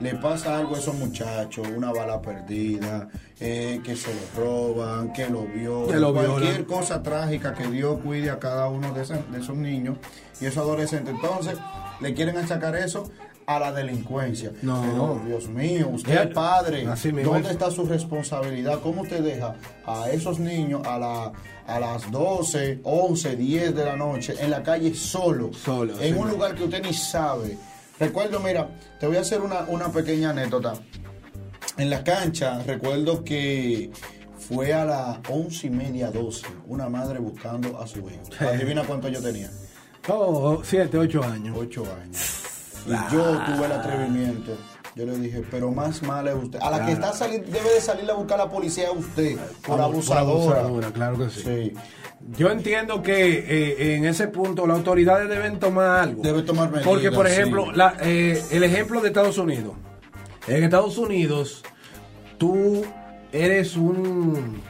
S2: Le pasa algo a esos muchachos, una bala perdida, eh, que se lo roban, que lo violan,
S1: Que lo
S2: cualquier
S1: violan.
S2: cosa trágica que Dios cuide a cada uno de, esa- de esos niños y esos adolescentes. Entonces, le quieren achacar eso a la delincuencia.
S1: No.
S2: Pero, Dios mío, usted
S1: Ya-
S2: es padre,
S1: Así mismo
S2: ¿dónde
S1: es.
S2: está su responsabilidad? ¿Cómo usted deja a esos niños a, la- a las 12, 11, 10 de la noche en la calle solo?
S1: Solo,
S2: En
S1: sí,
S2: un
S1: no.
S2: lugar que usted ni sabe. Recuerdo, mira, te voy a hacer una, una pequeña anécdota. En la cancha, recuerdo que fue a las 11 y media, 12, una madre buscando a su hijo. Adivina cuánto yo tenía.
S1: oh, 7, 8 años.
S2: 8 años. Y yo tuve el atrevimiento Yo le dije, pero más mala es usted. A la que está saliendo, debe de salir a buscar la policía a usted, por
S1: Vamos, por
S2: abusadora.
S1: abusadora, claro que sí.
S2: Sí.
S1: Yo entiendo que eh, en ese punto las autoridades deben tomar algo.
S2: Debe tomar medidas,
S1: Porque, por
S2: sí.
S1: ejemplo, la- eh, el ejemplo de Estados Unidos. En Estados Unidos, tú eres un.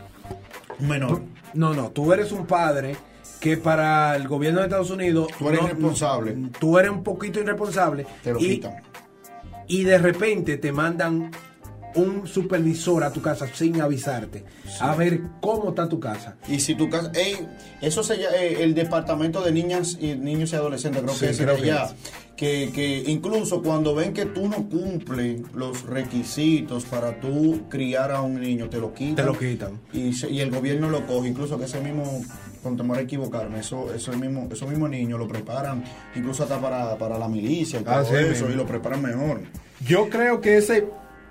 S2: Menor.
S1: No, no, tú eres un padre que para el gobierno de Estados Unidos.
S2: Tú eres
S1: no-
S2: irresponsable.
S1: Tú eres un poquito irresponsable.
S2: Te lo
S1: y-
S2: quitan.
S1: y de repente te mandan un supervisor a tu casa sin avisarte a ver cómo está tu casa.
S2: Y si tu casa, ey, eso se llama, eh, el departamento de niñas y niños y adolescentes, creo
S1: Sí,
S2: que es
S1: creo que
S2: allá. Que, que incluso cuando ven que tú no cumples los requisitos para tú criar a un niño, te lo quitan.
S1: Te lo quitan.
S2: Y, se- y el gobierno lo coge, incluso que ese mismo, con temor a equivocarme, eso, eso mismo, esos mismos niños lo preparan, incluso hasta para, para la milicia y todo
S1: Ah, sí,
S2: eso,
S1: mismo.
S2: y lo preparan mejor.
S1: Yo creo que ese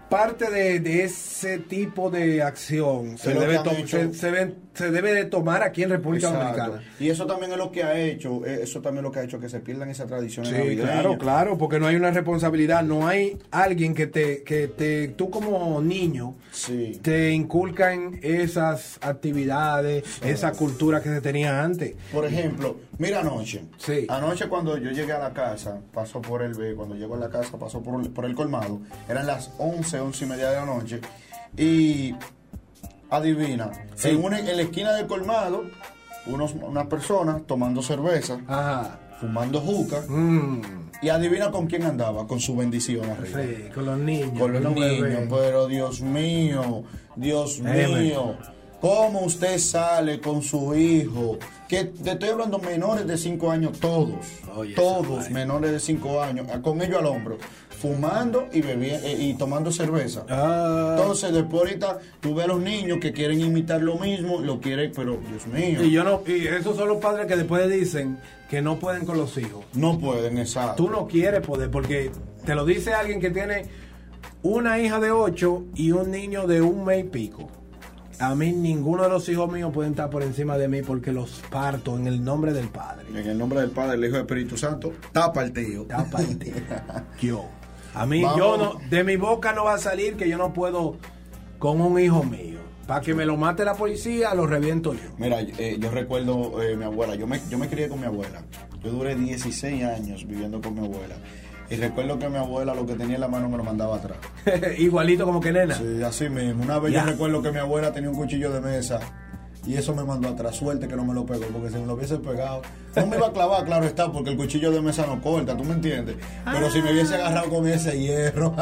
S1: parte de, de ese tipo de acción se
S2: Es lo
S1: debe,
S2: que han
S1: to-
S2: hecho.
S1: se, se ven- se debe de tomar aquí en República
S2: Exacto.
S1: Dominicana.
S2: Y eso también es lo que ha hecho, eh, eso también es lo que ha hecho que se pierdan esas tradiciones
S1: Sí,
S2: navideñas.
S1: claro, claro, porque no hay una responsabilidad, no hay alguien que te, que te, tú como niño,
S2: Sí.
S1: te inculcan esas actividades, esa cultura que se tenía antes.
S2: Por ejemplo, mira anoche.
S1: Sí.
S2: Anoche cuando yo llegué a la casa, paso por el B, cuando llego a la casa, paso por, por el colmado. Eran las 11, 11 y media de la noche. Y adivina,
S1: Sí.
S2: en, una- en la esquina del colmado, unos, unas personas tomando cerveza,
S1: Ajá.
S2: fumando juca.
S1: Mm,
S2: Y adivina con quién andaba, con su bendición arriba.
S1: sí, con los niños.
S2: Con los niños, pues.
S1: bebés.
S2: pero Dios mío, Dios
S1: Eh,
S2: mío, ¿cómo usted sale con su hijo? Que te estoy hablando menores de 5 años, todos,
S1: Oye, esa
S2: todos
S1: vaina.
S2: menores de 5 años, ah, con ellos al hombro, fumando y bebiendo eh, y tomando cerveza.
S1: Ah.
S2: Entonces, después ahorita tú ves a los niños que quieren imitar lo mismo, lo quieren, pero Dios mío,
S1: Y yo no, y esos son los padres que después dicen que no pueden con los hijos.
S2: no pueden, exacto.
S1: Tú no quieres poder, porque te lo dice alguien que tiene una hija de 8 y un niño de un mes y pico. A mí ninguno de los hijos míos pueden estar por encima de mí porque los parto en el nombre del Padre.
S2: En el nombre del Padre, del Hijo y del Espíritu Santo, tapa el tío.
S1: Ya partí.
S2: <laughs>
S1: Yo. A mí,
S2: Vamos.
S1: yo no, de mi boca no va a salir que yo no puedo con un hijo mío. Para que me lo mate la policía, lo reviento yo. <laughs>
S2: Mira, eh, yo recuerdo eh, mi abuela, yo me, yo me crié con mi abuela. Yo duré 16 años viviendo con mi abuela. Y recuerdo que mi abuela lo que tenía en la mano me lo mandaba atrás.
S1: Igualito como que nena.
S2: Sí, así mismo. Una vez
S1: Ya.
S2: yo recuerdo que mi abuela tenía un cuchillo de mesa y eso me mandó atrás. Suerte que no me lo pegó, porque si me lo hubiese pegado, no me iba a clavar, claro está, porque el cuchillo de mesa no corta, ¿tú me entiendes? Pero si
S1: Ah.
S2: me hubiese agarrado con ese
S1: <laughs>
S2: hierro,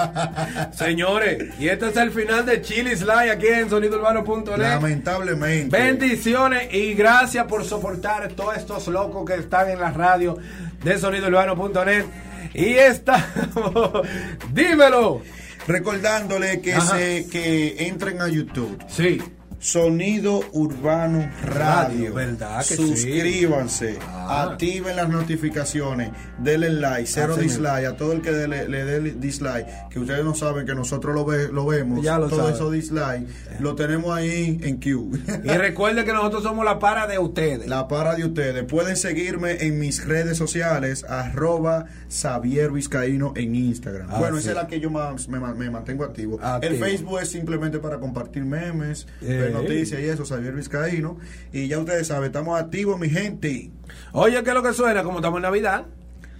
S1: Señores, y este es el final de Chili Slide aquí en sonidourbano.net.
S2: lamentablemente.
S1: Bendiciones y gracias por soportar todos estos locos que están en la radio de sonidourbano.net. Y estamos, <laughs> dímelo.
S2: Recordándole que,
S1: Ajá.
S2: se, que entren a YouTube.
S1: Sí,
S2: Sonido Urbano Radio.
S1: Radio, ¿verdad que sí?
S2: Suscríbanse,
S1: Ah.
S2: activen las notificaciones, denle like, cero
S1: Así mismo.
S2: dislike, a todo el que dele- le dé dislike, que ustedes no saben que nosotros lo, ve- lo vemos,
S1: Ya lo Eh.
S2: todo
S1: saben.
S2: eso dislike, lo tenemos ahí en Q. <laughs>
S1: y recuerden que nosotros somos la para de ustedes.
S2: La para de ustedes. Pueden seguirme en mis redes sociales, arroba Xavier Vizcaíno en Instagram.
S1: Ah,
S2: bueno,
S1: sí.
S2: esa es la que yo más me, ma- me mantengo activo.
S1: Activo.
S2: El Facebook es simplemente para compartir memes,
S1: Eh.
S2: ver noticias y eso, Xavier Vizcaíno. Y ya ustedes saben, estamos activos, mi gente.
S1: Oye, ¿qué es lo que suena? Como estamos en Navidad,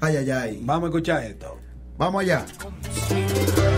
S2: Ay, ay, ay.
S1: vamos a escuchar esto.
S2: Vamos allá.
S6: Sonido